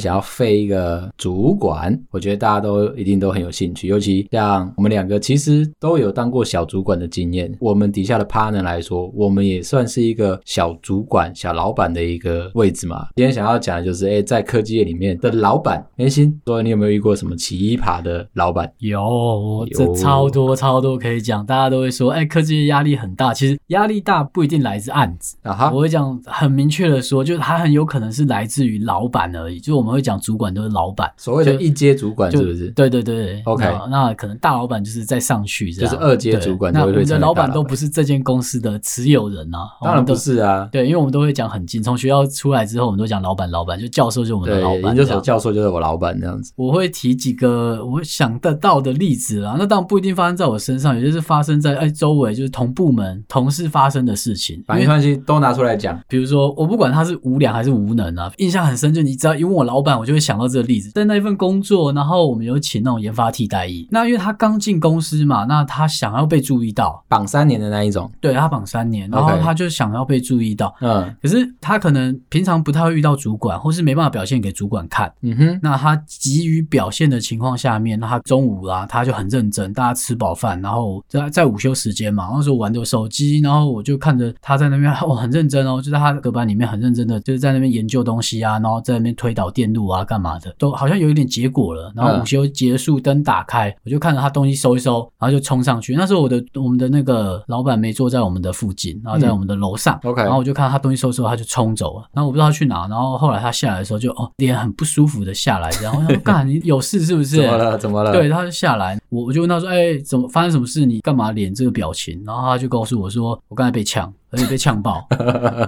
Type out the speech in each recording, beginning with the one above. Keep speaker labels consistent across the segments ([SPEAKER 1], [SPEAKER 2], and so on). [SPEAKER 1] 想要废一个主管，我觉得大家都一定都很有兴趣，尤其像我们两个其实都有当过小主管的经验。我们底下的 partner 来说，我们也算是一个小主管、小老板的一个位置嘛。今天想要讲的就是，哎、在科技业里面的老板，年薪，说你有没有遇过什么奇葩的老板？
[SPEAKER 2] 有，我这
[SPEAKER 1] 有
[SPEAKER 2] 超多超多可以讲，大家都会说，哎、科技业压力很大。其实压力大不一定来自案子，
[SPEAKER 1] 啊哈
[SPEAKER 2] 我，会讲很明确的说，就是它很有可能是来自于老板而已。就是我们会讲主管都是老板，
[SPEAKER 1] 所谓的
[SPEAKER 2] 就
[SPEAKER 1] 一阶主管
[SPEAKER 2] 就是
[SPEAKER 1] 不是？
[SPEAKER 2] 对对对对
[SPEAKER 1] OK
[SPEAKER 2] 那那可能大老板就是再上去这样，
[SPEAKER 1] 就是二阶
[SPEAKER 2] 对
[SPEAKER 1] 主管
[SPEAKER 2] 那
[SPEAKER 1] 就
[SPEAKER 2] 我
[SPEAKER 1] 会
[SPEAKER 2] 们
[SPEAKER 1] 被称
[SPEAKER 2] 的
[SPEAKER 1] 为
[SPEAKER 2] 老
[SPEAKER 1] 大
[SPEAKER 2] 板
[SPEAKER 1] 老
[SPEAKER 2] 都
[SPEAKER 1] 板
[SPEAKER 2] 不是这间公司的持有人啊，
[SPEAKER 1] 当然不
[SPEAKER 2] 我们都。
[SPEAKER 1] 是啊，
[SPEAKER 2] 对，因为我们都会讲很近，从学校出来之后，我们都讲老板，老板就教授就是我们的
[SPEAKER 1] 对
[SPEAKER 2] 老，
[SPEAKER 1] 研
[SPEAKER 2] 板这
[SPEAKER 1] 究
[SPEAKER 2] 样。
[SPEAKER 1] 所教授就是我老板这样子。
[SPEAKER 2] 我会提几个我想得到的例子啦。那当然不一定发生在我身上，有些是发生在哎周围，就是同部门同事发生的事情。
[SPEAKER 1] 反正
[SPEAKER 2] 因为
[SPEAKER 1] 关系都拿出来讲，
[SPEAKER 2] 比如说，我不管他是无良还是无能啊，印象很深，就你只要一问我老板，我就会想到这个例子。在那一份工作，然后我们有请那种研发替代役，那因为他刚进公司嘛，那他想要被注意到，
[SPEAKER 1] 绑三年的那一种。
[SPEAKER 2] 对他绑三年，然后
[SPEAKER 1] OK
[SPEAKER 2] 他就想要被注意到。
[SPEAKER 1] 嗯
[SPEAKER 2] 可是他可能平常不太会遇到主管，或是没办法表现给主管看，
[SPEAKER 1] 嗯哼，
[SPEAKER 2] 那他急于表现的情况下面，那他中午啊，他就很认真，大家吃饱饭，然后在在午休时间嘛，那时候玩的手机，然后我就看着他在那边， 哦，很认真哦，就在他的隔板里面很认真的，就是在那边研究东西啊，然后在那边推导电路啊，干嘛的，都好像有一点结果了。然后
[SPEAKER 1] 嗯
[SPEAKER 2] 午休结束，灯打开，我就看着他东西收一收，然后就冲上去。那时候我的我们的那个老板没坐在我们的附近，然后在
[SPEAKER 1] 嗯
[SPEAKER 2] 我们的楼上，
[SPEAKER 1] OK
[SPEAKER 2] 然后我就看到他东西收拾后，他就冲走了。然后我不知道他去哪，然后后来他下来的时候就哦脸很不舒服的下来，然后 我想说干你有事是不是
[SPEAKER 1] 怎？么了？怎么了？
[SPEAKER 2] 对，，他就下来，我我就问他说，哎、怎么发生什么事？你干嘛脸这个表情？然后他就告诉我说，我刚才被呛，而且被呛 爆。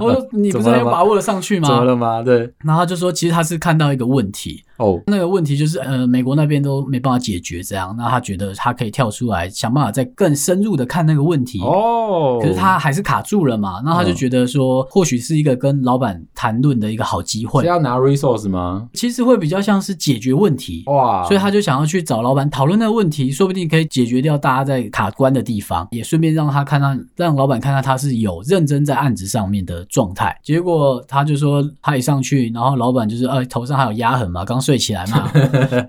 [SPEAKER 2] 我说你不
[SPEAKER 1] 怎
[SPEAKER 2] 是
[SPEAKER 1] 么
[SPEAKER 2] 很
[SPEAKER 1] 了
[SPEAKER 2] 有
[SPEAKER 1] 吗
[SPEAKER 2] 把握了上去
[SPEAKER 1] 怎么
[SPEAKER 2] 吗？
[SPEAKER 1] 了吗？对，
[SPEAKER 2] 然后他就说，其实他是看到一个问题，
[SPEAKER 1] 哦，
[SPEAKER 2] 那个问题就是，呃，美国那边都没办法解决，这样，那他觉得他可以跳出来，想办法再更深入的看那个问题。
[SPEAKER 1] 哦，
[SPEAKER 2] 可是他还是卡住了嘛，那他就
[SPEAKER 1] 嗯
[SPEAKER 2] 觉得说，或许是一个跟老板谈论的一个好机会
[SPEAKER 1] 是，啊要拿 resource 吗？
[SPEAKER 2] 其实会比较像是解决问题，
[SPEAKER 1] 哇，
[SPEAKER 2] 所以他就想要去找老板讨论那个问题，说不定可以解决掉大家在卡关的地方，也顺便让他看到，让老板看到他是有认真在案子上面的状态。结果他就说他一上去，然后老板就是呃头上还有压痕嘛，刚睡起来 嘛，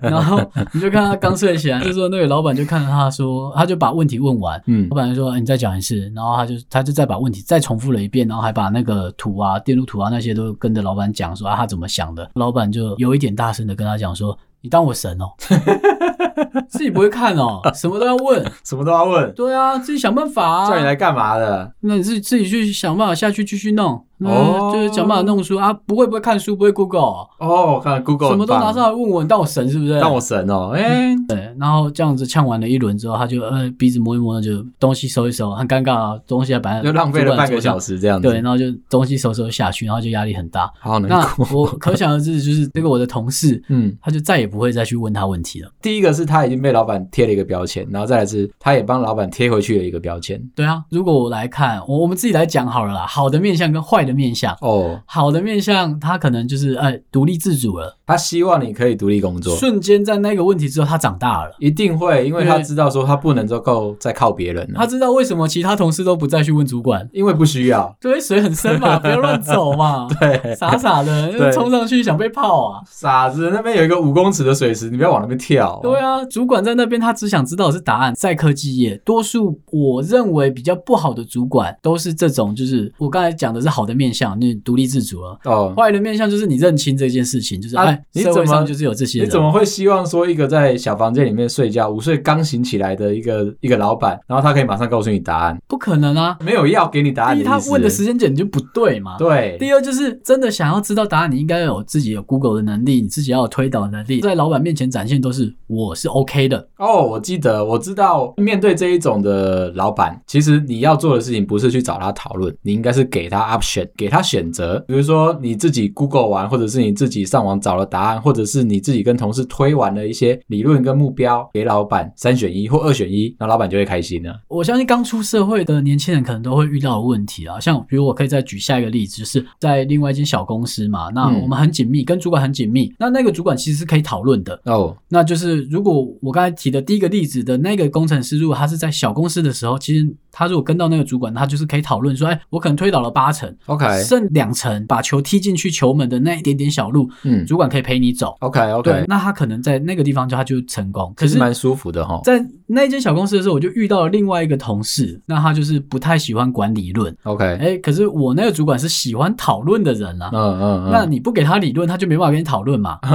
[SPEAKER 2] 然后你就看他刚睡起来，就说那个老板就看着他说，他就把问题问完，
[SPEAKER 1] 嗯
[SPEAKER 2] 老板就说、哎你再讲一次，然后他就他就再把问题再重复了一遍，然后还把那个图啊、电路图啊那些都跟着老板讲说啊他怎么想的，老板就有一点大声的跟他讲说。你当我神哦， 自己不会看哦，什么都要问，
[SPEAKER 1] 什么都要问，
[SPEAKER 2] 对啊，自己想办法啊。
[SPEAKER 1] 叫你来干嘛的？
[SPEAKER 2] 那你自己自己去想办法下去继续弄，嗯、
[SPEAKER 1] 哦
[SPEAKER 2] 就是想办法弄书啊，不会不会看书，不会 Google，哦、
[SPEAKER 1] 哦，我看 Google
[SPEAKER 2] 什么都拿
[SPEAKER 1] 很棒
[SPEAKER 2] 上来问我，你当我神是不是？
[SPEAKER 1] 当我神哦，哎，
[SPEAKER 2] 对，然后这样子呛完了一轮之后，他就呃鼻子摸一摸，就东西收一收，很尴尬啊，东西还摆在
[SPEAKER 1] 就浪费了半个小
[SPEAKER 2] 时。
[SPEAKER 1] 时这样子，
[SPEAKER 2] 对，然，后就东西收收下去，然后就压力很大。
[SPEAKER 1] 好难
[SPEAKER 2] 那
[SPEAKER 1] 过。
[SPEAKER 2] 我可想而知，就是这个我的同事，
[SPEAKER 1] 嗯，
[SPEAKER 2] 他就再也不会再去问他问题了。
[SPEAKER 1] 第一个是他已经被老板贴了一个标签，然后再来是他也帮老板贴回去了一个标签。
[SPEAKER 2] 对啊，如果我来看，我我们自己来讲好了啦，好的面相跟坏的面相。
[SPEAKER 1] 哦，
[SPEAKER 2] 好的面相，他可能就是哎独立自主了，
[SPEAKER 1] 他希望你可以独立工作，
[SPEAKER 2] 瞬间在那个问题之后，他长大了。
[SPEAKER 1] 一定会，因为
[SPEAKER 2] 对
[SPEAKER 1] 他知道说他不能够再靠别人了，
[SPEAKER 2] 他知道为什么其他同事都不再去问主管，
[SPEAKER 1] 因为不需要。
[SPEAKER 2] 对，水很深嘛，不要乱走嘛。
[SPEAKER 1] 对，
[SPEAKER 2] 傻傻的
[SPEAKER 1] 对
[SPEAKER 2] 冲上去想被泡啊！
[SPEAKER 1] 傻子那边有一个五公尺的水池，你不要往那边跳。
[SPEAKER 2] 对，啊，主管在那边，他只想知道的是答案。在科技业，多数我认为比较不好的主管，都是这种，就是我刚才讲的是好的面相，你独立自主了；
[SPEAKER 1] 哦，
[SPEAKER 2] 坏的面相就是你认清这件事情，就是
[SPEAKER 1] 啊
[SPEAKER 2] 哎、
[SPEAKER 1] 你
[SPEAKER 2] 社
[SPEAKER 1] 怎
[SPEAKER 2] 会
[SPEAKER 1] 么
[SPEAKER 2] 上就是有这些
[SPEAKER 1] 你
[SPEAKER 2] 人。
[SPEAKER 1] 怎么会希望说一个在小房间里面睡觉、午睡刚醒起来的一个一个老板，然后他可以马上告诉你答案？
[SPEAKER 2] 不可能啊？
[SPEAKER 1] 没有要给你答案
[SPEAKER 2] 第一，
[SPEAKER 1] 的
[SPEAKER 2] 他
[SPEAKER 1] 意思。
[SPEAKER 2] 问的时间点就不对嘛。
[SPEAKER 1] 对，
[SPEAKER 2] 第二就是真的想要知道答案，你应该有自己有 Google 的能力，你自己要有推导能力，在老板面前展现都是我是 OK 的，
[SPEAKER 1] 哦，我记得，我知道，面对这一种的老板，其实你要做的事情不是去找他讨论，你应该是给他 option，给他选择。比如说你自己 Google 完，或者是你自己上网找了答案，或者是你自己跟同事推完了一些理论跟目标，给老板三选一或二选一，那老板就会开心了。
[SPEAKER 2] 我相信刚出社会的年轻人可能都会遇到的问题啊，像比如我可以再举下一个例子，就是在另外一间小公司嘛，那
[SPEAKER 1] 嗯
[SPEAKER 2] 我们很紧密，跟主管很紧密，那那个主管其实是可以讨论的。
[SPEAKER 1] 哦，
[SPEAKER 2] 那就是如果我刚才提的第一个例子的那个工程师，如果他是在小公司的时候，其实他如果跟到那个主管，他就是可以讨论说，哎，我可能推倒了八成，
[SPEAKER 1] OK
[SPEAKER 2] 剩两成，把球踢进去球门的那一点点小路，
[SPEAKER 1] 嗯
[SPEAKER 2] 主管可以陪你走。
[SPEAKER 1] ，OK
[SPEAKER 2] 对
[SPEAKER 1] OK，，
[SPEAKER 2] 那他可能在那个地方就他就成功。可
[SPEAKER 1] 其
[SPEAKER 2] 是
[SPEAKER 1] 实蛮舒服的哈。
[SPEAKER 2] 在那间小公司的时候，我就遇到了另外一个同事，那他就是不太喜欢管理论。
[SPEAKER 1] OK，嗯
[SPEAKER 2] 哎，可是我那个主管是喜欢讨论的人啊。
[SPEAKER 1] 嗯
[SPEAKER 2] 那
[SPEAKER 1] 嗯，
[SPEAKER 2] 你不给他理论，他就没办法跟你讨论嘛。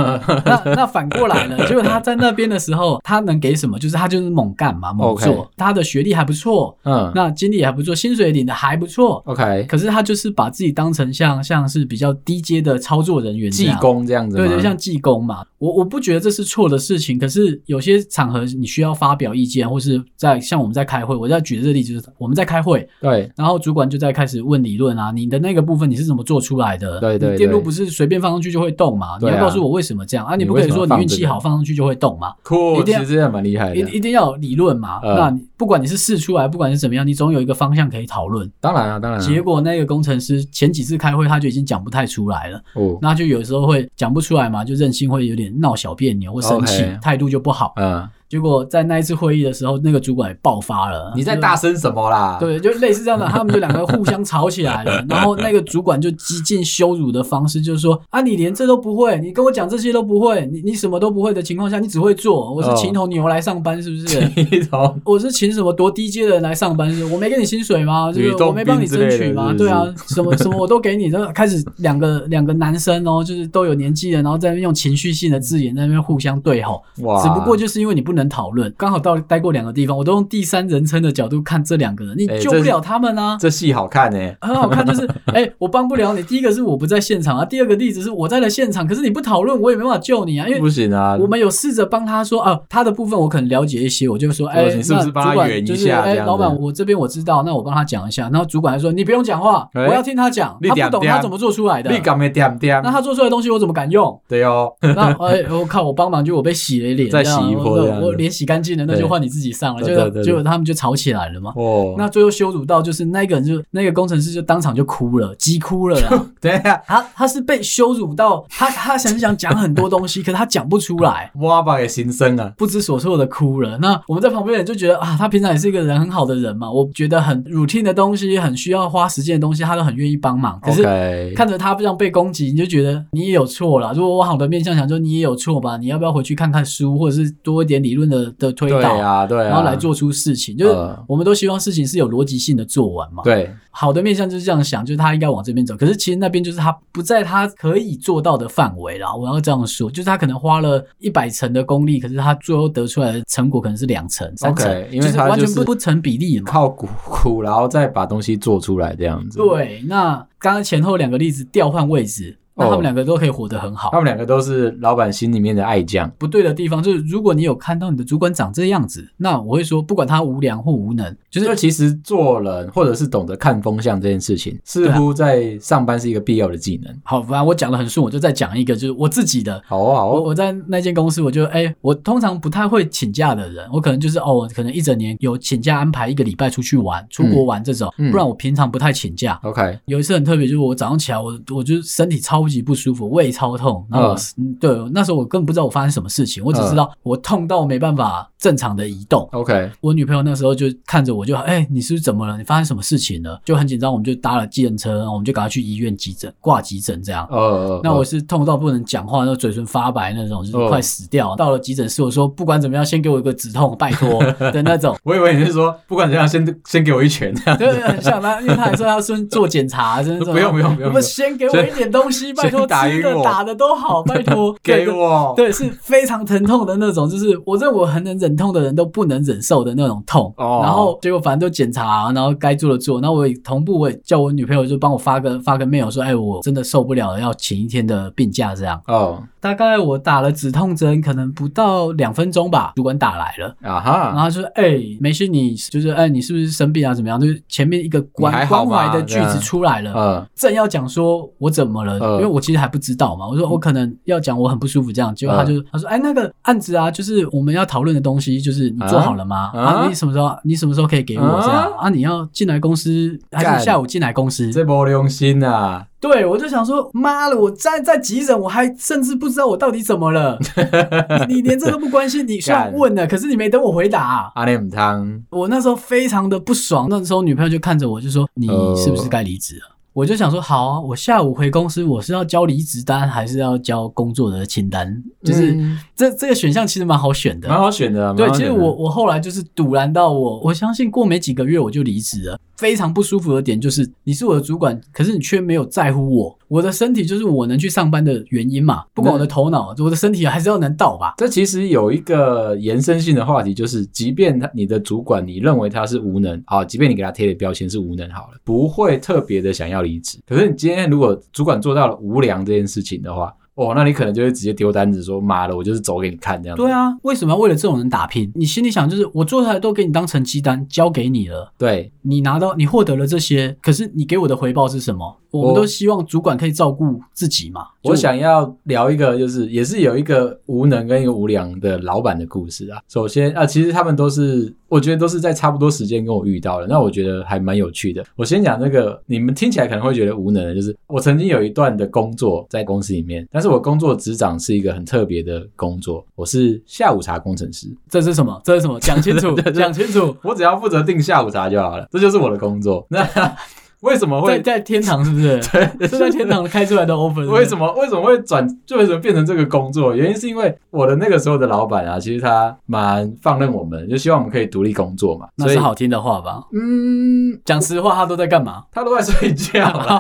[SPEAKER 2] 那那反过来了，结果他在那边的时候，他能给什么？就是他就是猛干嘛，猛
[SPEAKER 1] OK
[SPEAKER 2] 做。他的学历还不错，
[SPEAKER 1] 嗯
[SPEAKER 2] 那经历也还不错，薪水领的还不错。
[SPEAKER 1] OK，
[SPEAKER 2] 可是他就是把自己当成像像是比较低阶的操作人员这
[SPEAKER 1] 技
[SPEAKER 2] 样，
[SPEAKER 1] 工这样子吗，
[SPEAKER 2] 对对，像技工嘛。我我不觉得这是错的事情，可是有些场合你需要发表意见，或是在像我们在开会，我在举这个例子，就是我们在开会，
[SPEAKER 1] 对
[SPEAKER 2] 然后主管就在开始问理论啊，你的那个部分你是怎么做出来的？
[SPEAKER 1] 对对
[SPEAKER 2] 你电路
[SPEAKER 1] 对
[SPEAKER 2] 不是随便放上去就会动嘛？你
[SPEAKER 1] 对
[SPEAKER 2] 要
[SPEAKER 1] 啊
[SPEAKER 2] 告诉我为什么这样啊？你
[SPEAKER 1] 你
[SPEAKER 2] 不
[SPEAKER 1] 为
[SPEAKER 2] 可以
[SPEAKER 1] 什么
[SPEAKER 2] 说你
[SPEAKER 1] 放
[SPEAKER 2] 运
[SPEAKER 1] 这
[SPEAKER 2] 气
[SPEAKER 1] 个啊
[SPEAKER 2] 好放上去就会动嘛？
[SPEAKER 1] 酷
[SPEAKER 2] 一，定
[SPEAKER 1] 其
[SPEAKER 2] 要
[SPEAKER 1] 实这样蛮厉害
[SPEAKER 2] 一
[SPEAKER 1] 的。
[SPEAKER 2] 一定要有理论嘛？
[SPEAKER 1] 呃
[SPEAKER 2] 那你不管你是试出来，不管是怎么样，你总有一个方向可以讨论。
[SPEAKER 1] 当然啊，当然啊。
[SPEAKER 2] 结果那个工程师前几次开会他就已经讲不太出来了，
[SPEAKER 1] 哦，
[SPEAKER 2] 那就有时候会讲不出来嘛，就任性会有点闹小别扭或生气
[SPEAKER 1] OK
[SPEAKER 2] 态度就不好。
[SPEAKER 1] 哦嗯，
[SPEAKER 2] 结果在那一次会议的时候，那个主管也爆发了，
[SPEAKER 1] 你在
[SPEAKER 2] 就
[SPEAKER 1] 大声什么啦？，
[SPEAKER 2] 对，就类似这样的，他们就两个互相吵起来了。然后那个主管就极尽羞辱的方式，就是说啊，你连这都不会，你跟我讲这些都不会，你你什么都不会的情况下，你只会做，我是
[SPEAKER 1] 哦
[SPEAKER 2] 请头牛来上班是不是？
[SPEAKER 1] 一种
[SPEAKER 2] 我是请什么多低阶的人来上班是不是？我没给你薪水吗？就
[SPEAKER 1] 吕
[SPEAKER 2] 是
[SPEAKER 1] 洞
[SPEAKER 2] 我没帮你争取吗？
[SPEAKER 1] 宾之
[SPEAKER 2] 对
[SPEAKER 1] 类
[SPEAKER 2] 啊
[SPEAKER 1] 的，
[SPEAKER 2] 什么什么我都给你。然后开始两个两个男生哦，就是都有年纪的，然后在那边用情绪性的字眼在那边互相对吼。
[SPEAKER 1] 哇，
[SPEAKER 2] 只不过就是因为你不能讨论，刚好到待过两个地方，我都用第三人称的角度看这两个人，你
[SPEAKER 1] 哎
[SPEAKER 2] 救
[SPEAKER 1] 这
[SPEAKER 2] 不
[SPEAKER 1] 是
[SPEAKER 2] 了他们啊。
[SPEAKER 1] 这戏好看呢、
[SPEAKER 2] 很好看，就是哎、我帮不了你。第一个是我不在现场啊，第二个例子是我在了现场，可是你不讨论，我也没办法救你啊，因
[SPEAKER 1] 不
[SPEAKER 2] 为。
[SPEAKER 1] 行啊，
[SPEAKER 2] 我们有试着帮他说啊，他的部分我可能了解一些，我就说，哎、
[SPEAKER 1] 你是不是
[SPEAKER 2] 那
[SPEAKER 1] 帮他
[SPEAKER 2] 主管
[SPEAKER 1] 圆一
[SPEAKER 2] 就是
[SPEAKER 1] 下
[SPEAKER 2] 哎、
[SPEAKER 1] 这样
[SPEAKER 2] 老板，
[SPEAKER 1] 子
[SPEAKER 2] 我这边我知道，那我帮他讲一下。然后主管还说，你不用讲话，
[SPEAKER 1] 哎
[SPEAKER 2] 我要听他讲，
[SPEAKER 1] 你
[SPEAKER 2] 他不
[SPEAKER 1] 点
[SPEAKER 2] 懂
[SPEAKER 1] 点
[SPEAKER 2] 他怎么做出来的。
[SPEAKER 1] 你敢没点点
[SPEAKER 2] 那？他做出来的东西我怎么 敢用？
[SPEAKER 1] 对哦，
[SPEAKER 2] 那哎、我靠，我帮忙就我被洗了脸，
[SPEAKER 1] 再洗
[SPEAKER 2] 这样
[SPEAKER 1] 一波这样
[SPEAKER 2] 我
[SPEAKER 1] 子
[SPEAKER 2] 我脸洗干净了，那就
[SPEAKER 1] 对
[SPEAKER 2] 换你自己上了。
[SPEAKER 1] 对对
[SPEAKER 2] 就
[SPEAKER 1] 对对
[SPEAKER 2] 结果他们就吵起来了嘛。
[SPEAKER 1] 哦，
[SPEAKER 2] 那最后羞辱到就是那个人就那个工程师就当场就哭了，急哭了啦。
[SPEAKER 1] 等一下，
[SPEAKER 2] 他他是被羞辱到，他他想想讲很多东西，可是他讲不出来，
[SPEAKER 1] 挖吧给新生啊，
[SPEAKER 2] 不知所措的哭了。那我们在旁边的人就觉得啊，他平常也是一个人很好的人嘛，我觉得很 routine 的东西，很需要花时间的东西，他都很愿意帮忙。可是
[SPEAKER 1] OK，
[SPEAKER 2] 看着他这样被攻击，你就觉得你也有错啦。如果往好的面向想，说你也有错吧，你要不要回去看看书，或者是多一点理论的的推
[SPEAKER 1] 对
[SPEAKER 2] 导，
[SPEAKER 1] 啊，对啊，
[SPEAKER 2] 然后来做出事情？就是
[SPEAKER 1] 呃
[SPEAKER 2] 我们都希望事情是有逻辑性的做完嘛。
[SPEAKER 1] 对，
[SPEAKER 2] 好的面向就是这样想，就是他应该往这边走。可是其实那边就是他不在他可以做到的范围啦。我要这样说，就是他可能花了一百层的功力，可是他最后得出来的成果可能是两层、三层
[SPEAKER 1] OK，因为
[SPEAKER 2] 是
[SPEAKER 1] 他
[SPEAKER 2] 完全
[SPEAKER 1] 就是
[SPEAKER 2] 不不成比例嘛。
[SPEAKER 1] 靠鼓鼓，然后再把东西做出来这样子。，
[SPEAKER 2] 对，那刚刚前后两个例子调换位置，那他们
[SPEAKER 1] 哦
[SPEAKER 2] 两个都可以活得很好。
[SPEAKER 1] 他们两个都是老板心里面的爱将。
[SPEAKER 2] 不对的地方就是，如果你有看到你的主管长这样子，那我会说，不管他无良或无能，就
[SPEAKER 1] 就是是其实做人或者是懂得看风向这件事情，似乎在上班是一个必要的技能。
[SPEAKER 2] 好，反正我讲的很顺，我就再讲一个，就是我自己的，
[SPEAKER 1] 好哦，好
[SPEAKER 2] 我
[SPEAKER 1] 哦，
[SPEAKER 2] 我在那间公司，我就哎、我通常不太会请假的人，我可能就是哦，我可能一整年有请假安排一个礼拜出去玩，出国玩这种，
[SPEAKER 1] 嗯
[SPEAKER 2] 不然我平常不太请假。
[SPEAKER 1] OK，
[SPEAKER 2] 有一次很特别，就是我早上起来，我我就身体超级不舒服，胃超痛，然后我、嗯对那时候我根本不知道我发生什么事情，我只
[SPEAKER 1] 嗯
[SPEAKER 2] 知道我痛到没办法正常的移动。
[SPEAKER 1] OK，
[SPEAKER 2] 我女朋友那时候就看着我就，哎、你是不是怎么了？你发生什么事情了？就很紧张，我们就搭了计程车，我们就赶快去医院急诊挂急诊这样。
[SPEAKER 1] 呃呃，
[SPEAKER 2] 那我
[SPEAKER 1] 呃
[SPEAKER 2] 是痛到不能讲话，那嘴唇发白那种，就是
[SPEAKER 1] 哦
[SPEAKER 2] 快死掉。到了急诊室，我说不管怎么样，先给我一个止痛，拜 托的那种。
[SPEAKER 1] 我以为你是说不管怎样，先先给我一拳这样，
[SPEAKER 2] 对，很像他，因为他还说他先做检查，真的
[SPEAKER 1] 不用不用不
[SPEAKER 2] 我
[SPEAKER 1] 用，
[SPEAKER 2] 们先给我一点东西，拜托，
[SPEAKER 1] 先打
[SPEAKER 2] 吃
[SPEAKER 1] 晕
[SPEAKER 2] 的
[SPEAKER 1] 我
[SPEAKER 2] 打的都好，拜托， 对
[SPEAKER 1] 给。我，
[SPEAKER 2] 对，对是非常疼痛的那种，就是我认为我很能忍痛的人都不能忍受的那种痛。
[SPEAKER 1] 哦
[SPEAKER 2] 然后结果反正都检查，啊然后该做的做，然后我也同步我也叫我女朋友就帮我发个发个 mail 说，哎，我真的受不了了，要请一天的病假这样。
[SPEAKER 1] 哦
[SPEAKER 2] 大概我打了止痛针，可能不到两分钟吧，主管打来了。
[SPEAKER 1] 啊
[SPEAKER 2] 然
[SPEAKER 1] 哈，
[SPEAKER 2] 后他就说：“哎、没事，你就是哎、你是不是生病啊？怎么样？”就是前面一个关
[SPEAKER 1] 你还好
[SPEAKER 2] 关
[SPEAKER 1] 吧
[SPEAKER 2] 怀的句
[SPEAKER 1] 这
[SPEAKER 2] 子
[SPEAKER 1] 样
[SPEAKER 2] 出来了，
[SPEAKER 1] 嗯
[SPEAKER 2] 正要讲说我怎么了，
[SPEAKER 1] 嗯
[SPEAKER 2] 因为为我其实还不知道嘛。我说我可能要讲我很不舒服这样，结果他
[SPEAKER 1] 嗯
[SPEAKER 2] 就他说，哎，那个案子啊，就是我们要讨论的东西，就是你做好了吗？
[SPEAKER 1] 啊
[SPEAKER 2] 啊，你什么时候你什么时候可以给我这样
[SPEAKER 1] 啊
[SPEAKER 2] 啊？你要进来公司还
[SPEAKER 1] 干
[SPEAKER 2] 是下午进来公司？
[SPEAKER 1] 这没良心啊！
[SPEAKER 2] 对，我就想说，妈的，我站在急诊，我还甚至不知道我到底怎么了。 你你连这都不关心，你虽然
[SPEAKER 1] 干
[SPEAKER 2] 问了，可是你没等我回答啊、
[SPEAKER 1] 阿内姆汤，
[SPEAKER 2] 我那时候非常的不爽，那时候女朋友就看着我就说：“你
[SPEAKER 1] 呃
[SPEAKER 2] 是不是该离职了？”我就想说：“好啊，我下午回公司，我是要交离职单，还是要交工作的清单？”就是、
[SPEAKER 1] 嗯
[SPEAKER 2] 这这个选项其实蛮好选的
[SPEAKER 1] 蛮。好选的啊。
[SPEAKER 2] 对
[SPEAKER 1] 蛮，好
[SPEAKER 2] 其
[SPEAKER 1] 选
[SPEAKER 2] 实
[SPEAKER 1] 的
[SPEAKER 2] 我我后来就是堵拦到我，我相信过没几个月我就离职了。非常不舒服的点就是，你是我的主管，可是你却没有在乎我。我的身体就是我能去上班的原因嘛，不管
[SPEAKER 1] 嗯
[SPEAKER 2] 我的头脑，我的身体还是要能到吧。
[SPEAKER 1] 这其实有一个延伸性的话题，就是即便他你的主管你认为他是无能啊，即便你给他贴的标签是无能好了，不会特别的想要离职。可是你今天如果主管做到了无良这件事情的话，哦，那你可能就会直接丢单子说妈的，我就是走给你看这样子。
[SPEAKER 2] 对啊，为什么要为了这种人打拼？你心里想就是，我做出来都给你当成绩单交给你了，
[SPEAKER 1] 对，
[SPEAKER 2] 你拿到你获得了这些，可是你给我的回报是什么？我们
[SPEAKER 1] 我
[SPEAKER 2] 都希望主管可以照顾自己嘛。就
[SPEAKER 1] 我想要聊一个，就是也是有一个无能跟一个无良的老板的故事啊。首先啊，其实他们都是，我觉得都是在差不多时间跟我遇到的，那我觉得还蛮有趣的。我先讲那个，你们听起来可能会觉得无能的，就是我曾经有一段的工作在公司里面，但是我工作职掌是一个很特别的工作，我是下午茶工程师，
[SPEAKER 2] 这是什么？这是什么？讲清楚，讲清楚。
[SPEAKER 1] 我只要负责订下午茶就好了，这就是我的工作。那 为什么
[SPEAKER 2] 在
[SPEAKER 1] 会
[SPEAKER 2] 在天堂是不是？对，是在天堂开出来的 offer。
[SPEAKER 1] 为什
[SPEAKER 2] 么？
[SPEAKER 1] 么为什么会转就为什么变成这个工作？原因是因为我的那个时候的老板啊，其实他蛮放任我们，就希望我们可以独立工作嘛。
[SPEAKER 2] 那
[SPEAKER 1] 所以
[SPEAKER 2] 是好听的话吧？
[SPEAKER 1] 嗯，
[SPEAKER 2] 讲实话，他都在干嘛？
[SPEAKER 1] 他都在睡觉 啦，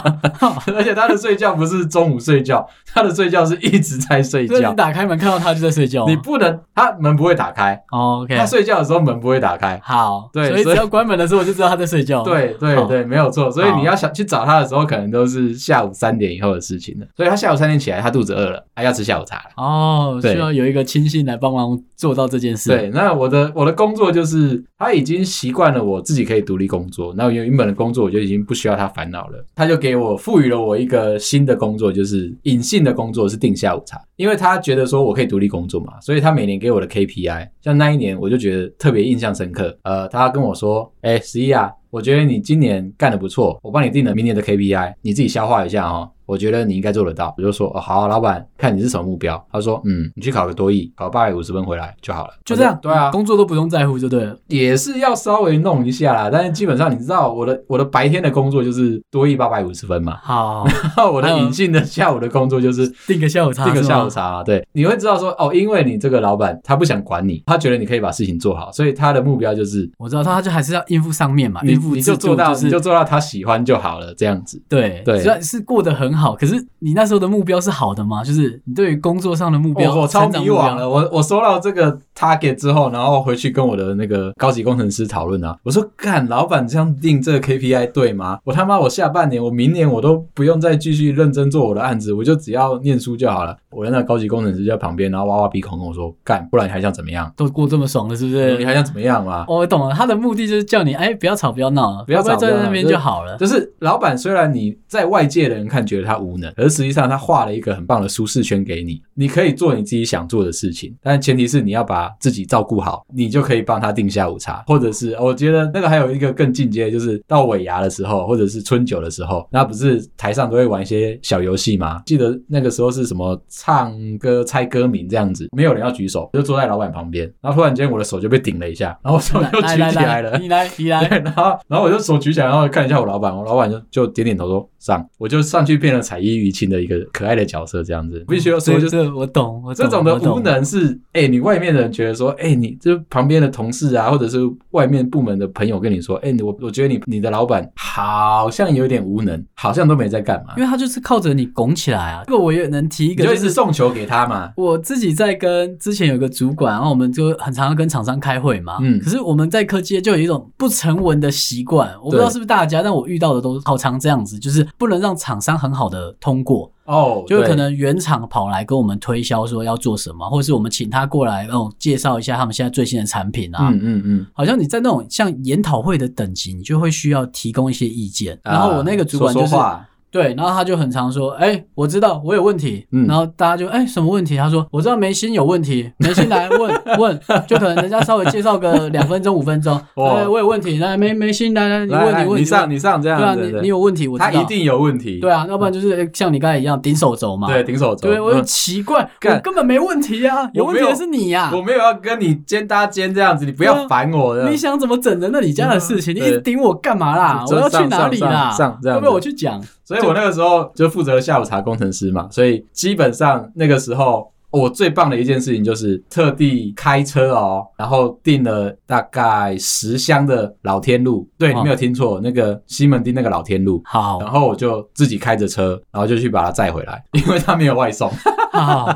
[SPEAKER 1] 而且他的睡觉不是中午睡觉，他的睡觉是一直在睡
[SPEAKER 2] 所以你
[SPEAKER 1] 觉。
[SPEAKER 2] 打开门看到他就在睡觉吗。
[SPEAKER 1] 你不能，他门不会打开，
[SPEAKER 2] 哦 OK
[SPEAKER 1] 他睡觉的时候门不会打开。
[SPEAKER 2] 好，
[SPEAKER 1] 对
[SPEAKER 2] 所以
[SPEAKER 1] 所
[SPEAKER 2] 只
[SPEAKER 1] 以
[SPEAKER 2] 要关门的时候我就知道他在睡觉。
[SPEAKER 1] 对对
[SPEAKER 2] 好
[SPEAKER 1] 对，没有错。所以
[SPEAKER 2] 好
[SPEAKER 1] 你要想去找他的时候，可能都是下午三点以后的事情了。所以他下午三点起来，他肚子饿了，他要吃下午茶了。
[SPEAKER 2] 哦，
[SPEAKER 1] 对
[SPEAKER 2] 需要有一个亲信来帮忙做到这件事。
[SPEAKER 1] 对，那我的我的工作就是他已经习惯了我自己可以独立工作，那我原本的工作我就已经不需要他烦恼了，他就给我赋予了我一个新的工作，就是隐性的工作是订下午茶，因为他觉得说我可以独立工作嘛，所以他每年给我的 KPI，像那一年我就觉得特别印象深刻，呃，他跟我说，哎，十一啊。我觉得你今年干得不错，我帮你定了明年的 KPI，你自己消化一下哦。我觉得你应该做得到。我就说，哦，好啊，老板，看你是什么目标。他说，嗯，你去考个多益，考八百五十分回来就好了。
[SPEAKER 2] 就这样，嗯
[SPEAKER 1] 对啊，
[SPEAKER 2] 工作都不用在乎就对了。
[SPEAKER 1] 也是要稍微弄一下啦。但是基本上你知道，我的我的白天的工作就是多一八百五十分 嘛，
[SPEAKER 2] 好，
[SPEAKER 1] 然后我的
[SPEAKER 2] 嗯
[SPEAKER 1] 隐性的下午的工作就是
[SPEAKER 2] 订个下午茶，
[SPEAKER 1] 订个下午
[SPEAKER 2] 嗯啊是吗。
[SPEAKER 1] 茶嘛。对，你会知道说，哦，因为你这个老板他不想管你，他觉得你可以把事情做好，所以他的目标就是
[SPEAKER 2] 我知道他就还是要应付上面嘛，
[SPEAKER 1] 你
[SPEAKER 2] 应付
[SPEAKER 1] 你就
[SPEAKER 2] 制度
[SPEAKER 1] 做到
[SPEAKER 2] 就是
[SPEAKER 1] 你就做到他喜欢就好了，这样子。
[SPEAKER 2] 对
[SPEAKER 1] 对
[SPEAKER 2] 虽然是过得很好，可是你那时候的目标是好的吗？就是你对于工作上的目标，
[SPEAKER 1] 哦我超
[SPEAKER 2] 成长
[SPEAKER 1] 迷
[SPEAKER 2] 目标
[SPEAKER 1] 惘了。我我收到这个 target 之后，然后回去跟我的那个高级工程师讨论啊，我说干，老板这样定这个 KPI 对吗？我他妈我下半年，我明年我都不用再继续认真做我的案子，我就只要念书就好了。我的那个高级工程师就在旁边，然后挖挖鼻孔跟我说，干，不然你还想怎么样？
[SPEAKER 2] 都过这么爽了，是不
[SPEAKER 1] 嗯你
[SPEAKER 2] 是？
[SPEAKER 1] 还想怎么样嘛？
[SPEAKER 2] 哦我懂了，他的目的就是叫你，哎，不要吵，不要闹了，
[SPEAKER 1] 不要吵
[SPEAKER 2] 乖乖
[SPEAKER 1] 不要
[SPEAKER 2] 在
[SPEAKER 1] 闹
[SPEAKER 2] 那边
[SPEAKER 1] 就是
[SPEAKER 2] 就 好了。
[SPEAKER 1] 就是老板虽然你在外界的人看觉得他无能，而实际上他画了一个很棒的舒适圈给你，你可以做你自己想做的事情，但前提是你要把自己照顾好，你就可以帮他订下午茶，或者是哦我觉得那个还有一个更进阶，就是到尾牙的时候，或者是春酒的时候，那不是台上都会玩一些小游戏吗？记得那个时候是什么唱歌猜歌名这样子，没有人要举手，我就坐在老板旁边，然后突然间我的手就被顶了一下，然后我手就举
[SPEAKER 2] 来
[SPEAKER 1] 起
[SPEAKER 2] 来
[SPEAKER 1] 来了
[SPEAKER 2] 来，。你来你 来，
[SPEAKER 1] 对，然后然后我就手举起来，然后看一下我老板，我老板就就点点头说上，我就上去变了彩衣娱亲的一个可爱的角色，这样子。必须要说，
[SPEAKER 2] 这
[SPEAKER 1] 就是
[SPEAKER 2] 这我懂，我
[SPEAKER 1] 这
[SPEAKER 2] 懂
[SPEAKER 1] 种的
[SPEAKER 2] 我懂
[SPEAKER 1] 无能是，哎、你外面的人觉得说，哎、你这旁边的同事啊，或者是外面部门的朋友跟你说，哎、你我我觉得你你的老板好像有点无能，好像都没在干嘛
[SPEAKER 2] 因，为他就是靠着你拱起来啊。这个我也能提一
[SPEAKER 1] 你
[SPEAKER 2] 个，
[SPEAKER 1] 就
[SPEAKER 2] 就
[SPEAKER 1] 一直
[SPEAKER 2] 是
[SPEAKER 1] 送球给他嘛。
[SPEAKER 2] 我自己在跟之前有个主管，然后我们就很常要跟厂商开会嘛。
[SPEAKER 1] 嗯
[SPEAKER 2] 可是我们在科技业就有一种不成文的习惯，我不知道是不是大家，但我遇到的都好常这样子，就是不能让厂商很好的通过，
[SPEAKER 1] 哦，
[SPEAKER 2] 就
[SPEAKER 1] 对
[SPEAKER 2] 可能原厂跑来跟我们推销说要做什么，或是我们请他过来让我介绍一下他们现在最新的产品啊。
[SPEAKER 1] 嗯嗯嗯，
[SPEAKER 2] 好像你在那种像研讨会的等级，你就会需要提供一些意见。然后我那个主管就是
[SPEAKER 1] 啊说说话
[SPEAKER 2] 对，然后他就很常说，哎、我知道我有问题，
[SPEAKER 1] 嗯
[SPEAKER 2] 然后大家就哎、什么问题？他说我知道眉心有问题，眉心来问 问，就可能人家稍微介绍个两分钟五分钟，
[SPEAKER 1] 哦
[SPEAKER 2] 哎、我有问题，来眉眉心来来，你
[SPEAKER 1] 来
[SPEAKER 2] 问
[SPEAKER 1] 来
[SPEAKER 2] 你问
[SPEAKER 1] 你上
[SPEAKER 2] 问
[SPEAKER 1] 你上这
[SPEAKER 2] 对啊，
[SPEAKER 1] 样子，
[SPEAKER 2] 你你有问题，我知道
[SPEAKER 1] 他一定有问题，
[SPEAKER 2] 对啊，要不然就是哎像你刚才一样顶手肘嘛，
[SPEAKER 1] 对，顶手肘，
[SPEAKER 2] 对，我很
[SPEAKER 1] 嗯
[SPEAKER 2] 奇怪，
[SPEAKER 1] 干
[SPEAKER 2] 我根本没问题啊，有
[SPEAKER 1] 我
[SPEAKER 2] 问
[SPEAKER 1] 没
[SPEAKER 2] 题
[SPEAKER 1] 有
[SPEAKER 2] 的是你呀、
[SPEAKER 1] 我没有要跟你肩搭肩这样子，你不
[SPEAKER 2] 对
[SPEAKER 1] 要
[SPEAKER 2] 啊
[SPEAKER 1] 烦我的
[SPEAKER 2] 你。想怎么整人那你家的事情，你
[SPEAKER 1] 对
[SPEAKER 2] 一直顶我干嘛啦？
[SPEAKER 1] 就
[SPEAKER 2] 我要
[SPEAKER 1] 嗯
[SPEAKER 2] 去
[SPEAKER 1] 上
[SPEAKER 2] 哪里啦？
[SPEAKER 1] 上上上这样子
[SPEAKER 2] 要不要我去讲？
[SPEAKER 1] 所以我那个时候就负责下午茶工程师嘛，所以基本上那个时候。我最棒的一件事情就是特地开车哦，然后订了大概十箱的老天路，对你
[SPEAKER 2] 哦
[SPEAKER 1] 没有听错，那个西门町那个老天路，
[SPEAKER 2] 好
[SPEAKER 1] 然后我就自己开着车，然后就去把它载回来，因为它没有外送，
[SPEAKER 2] 好，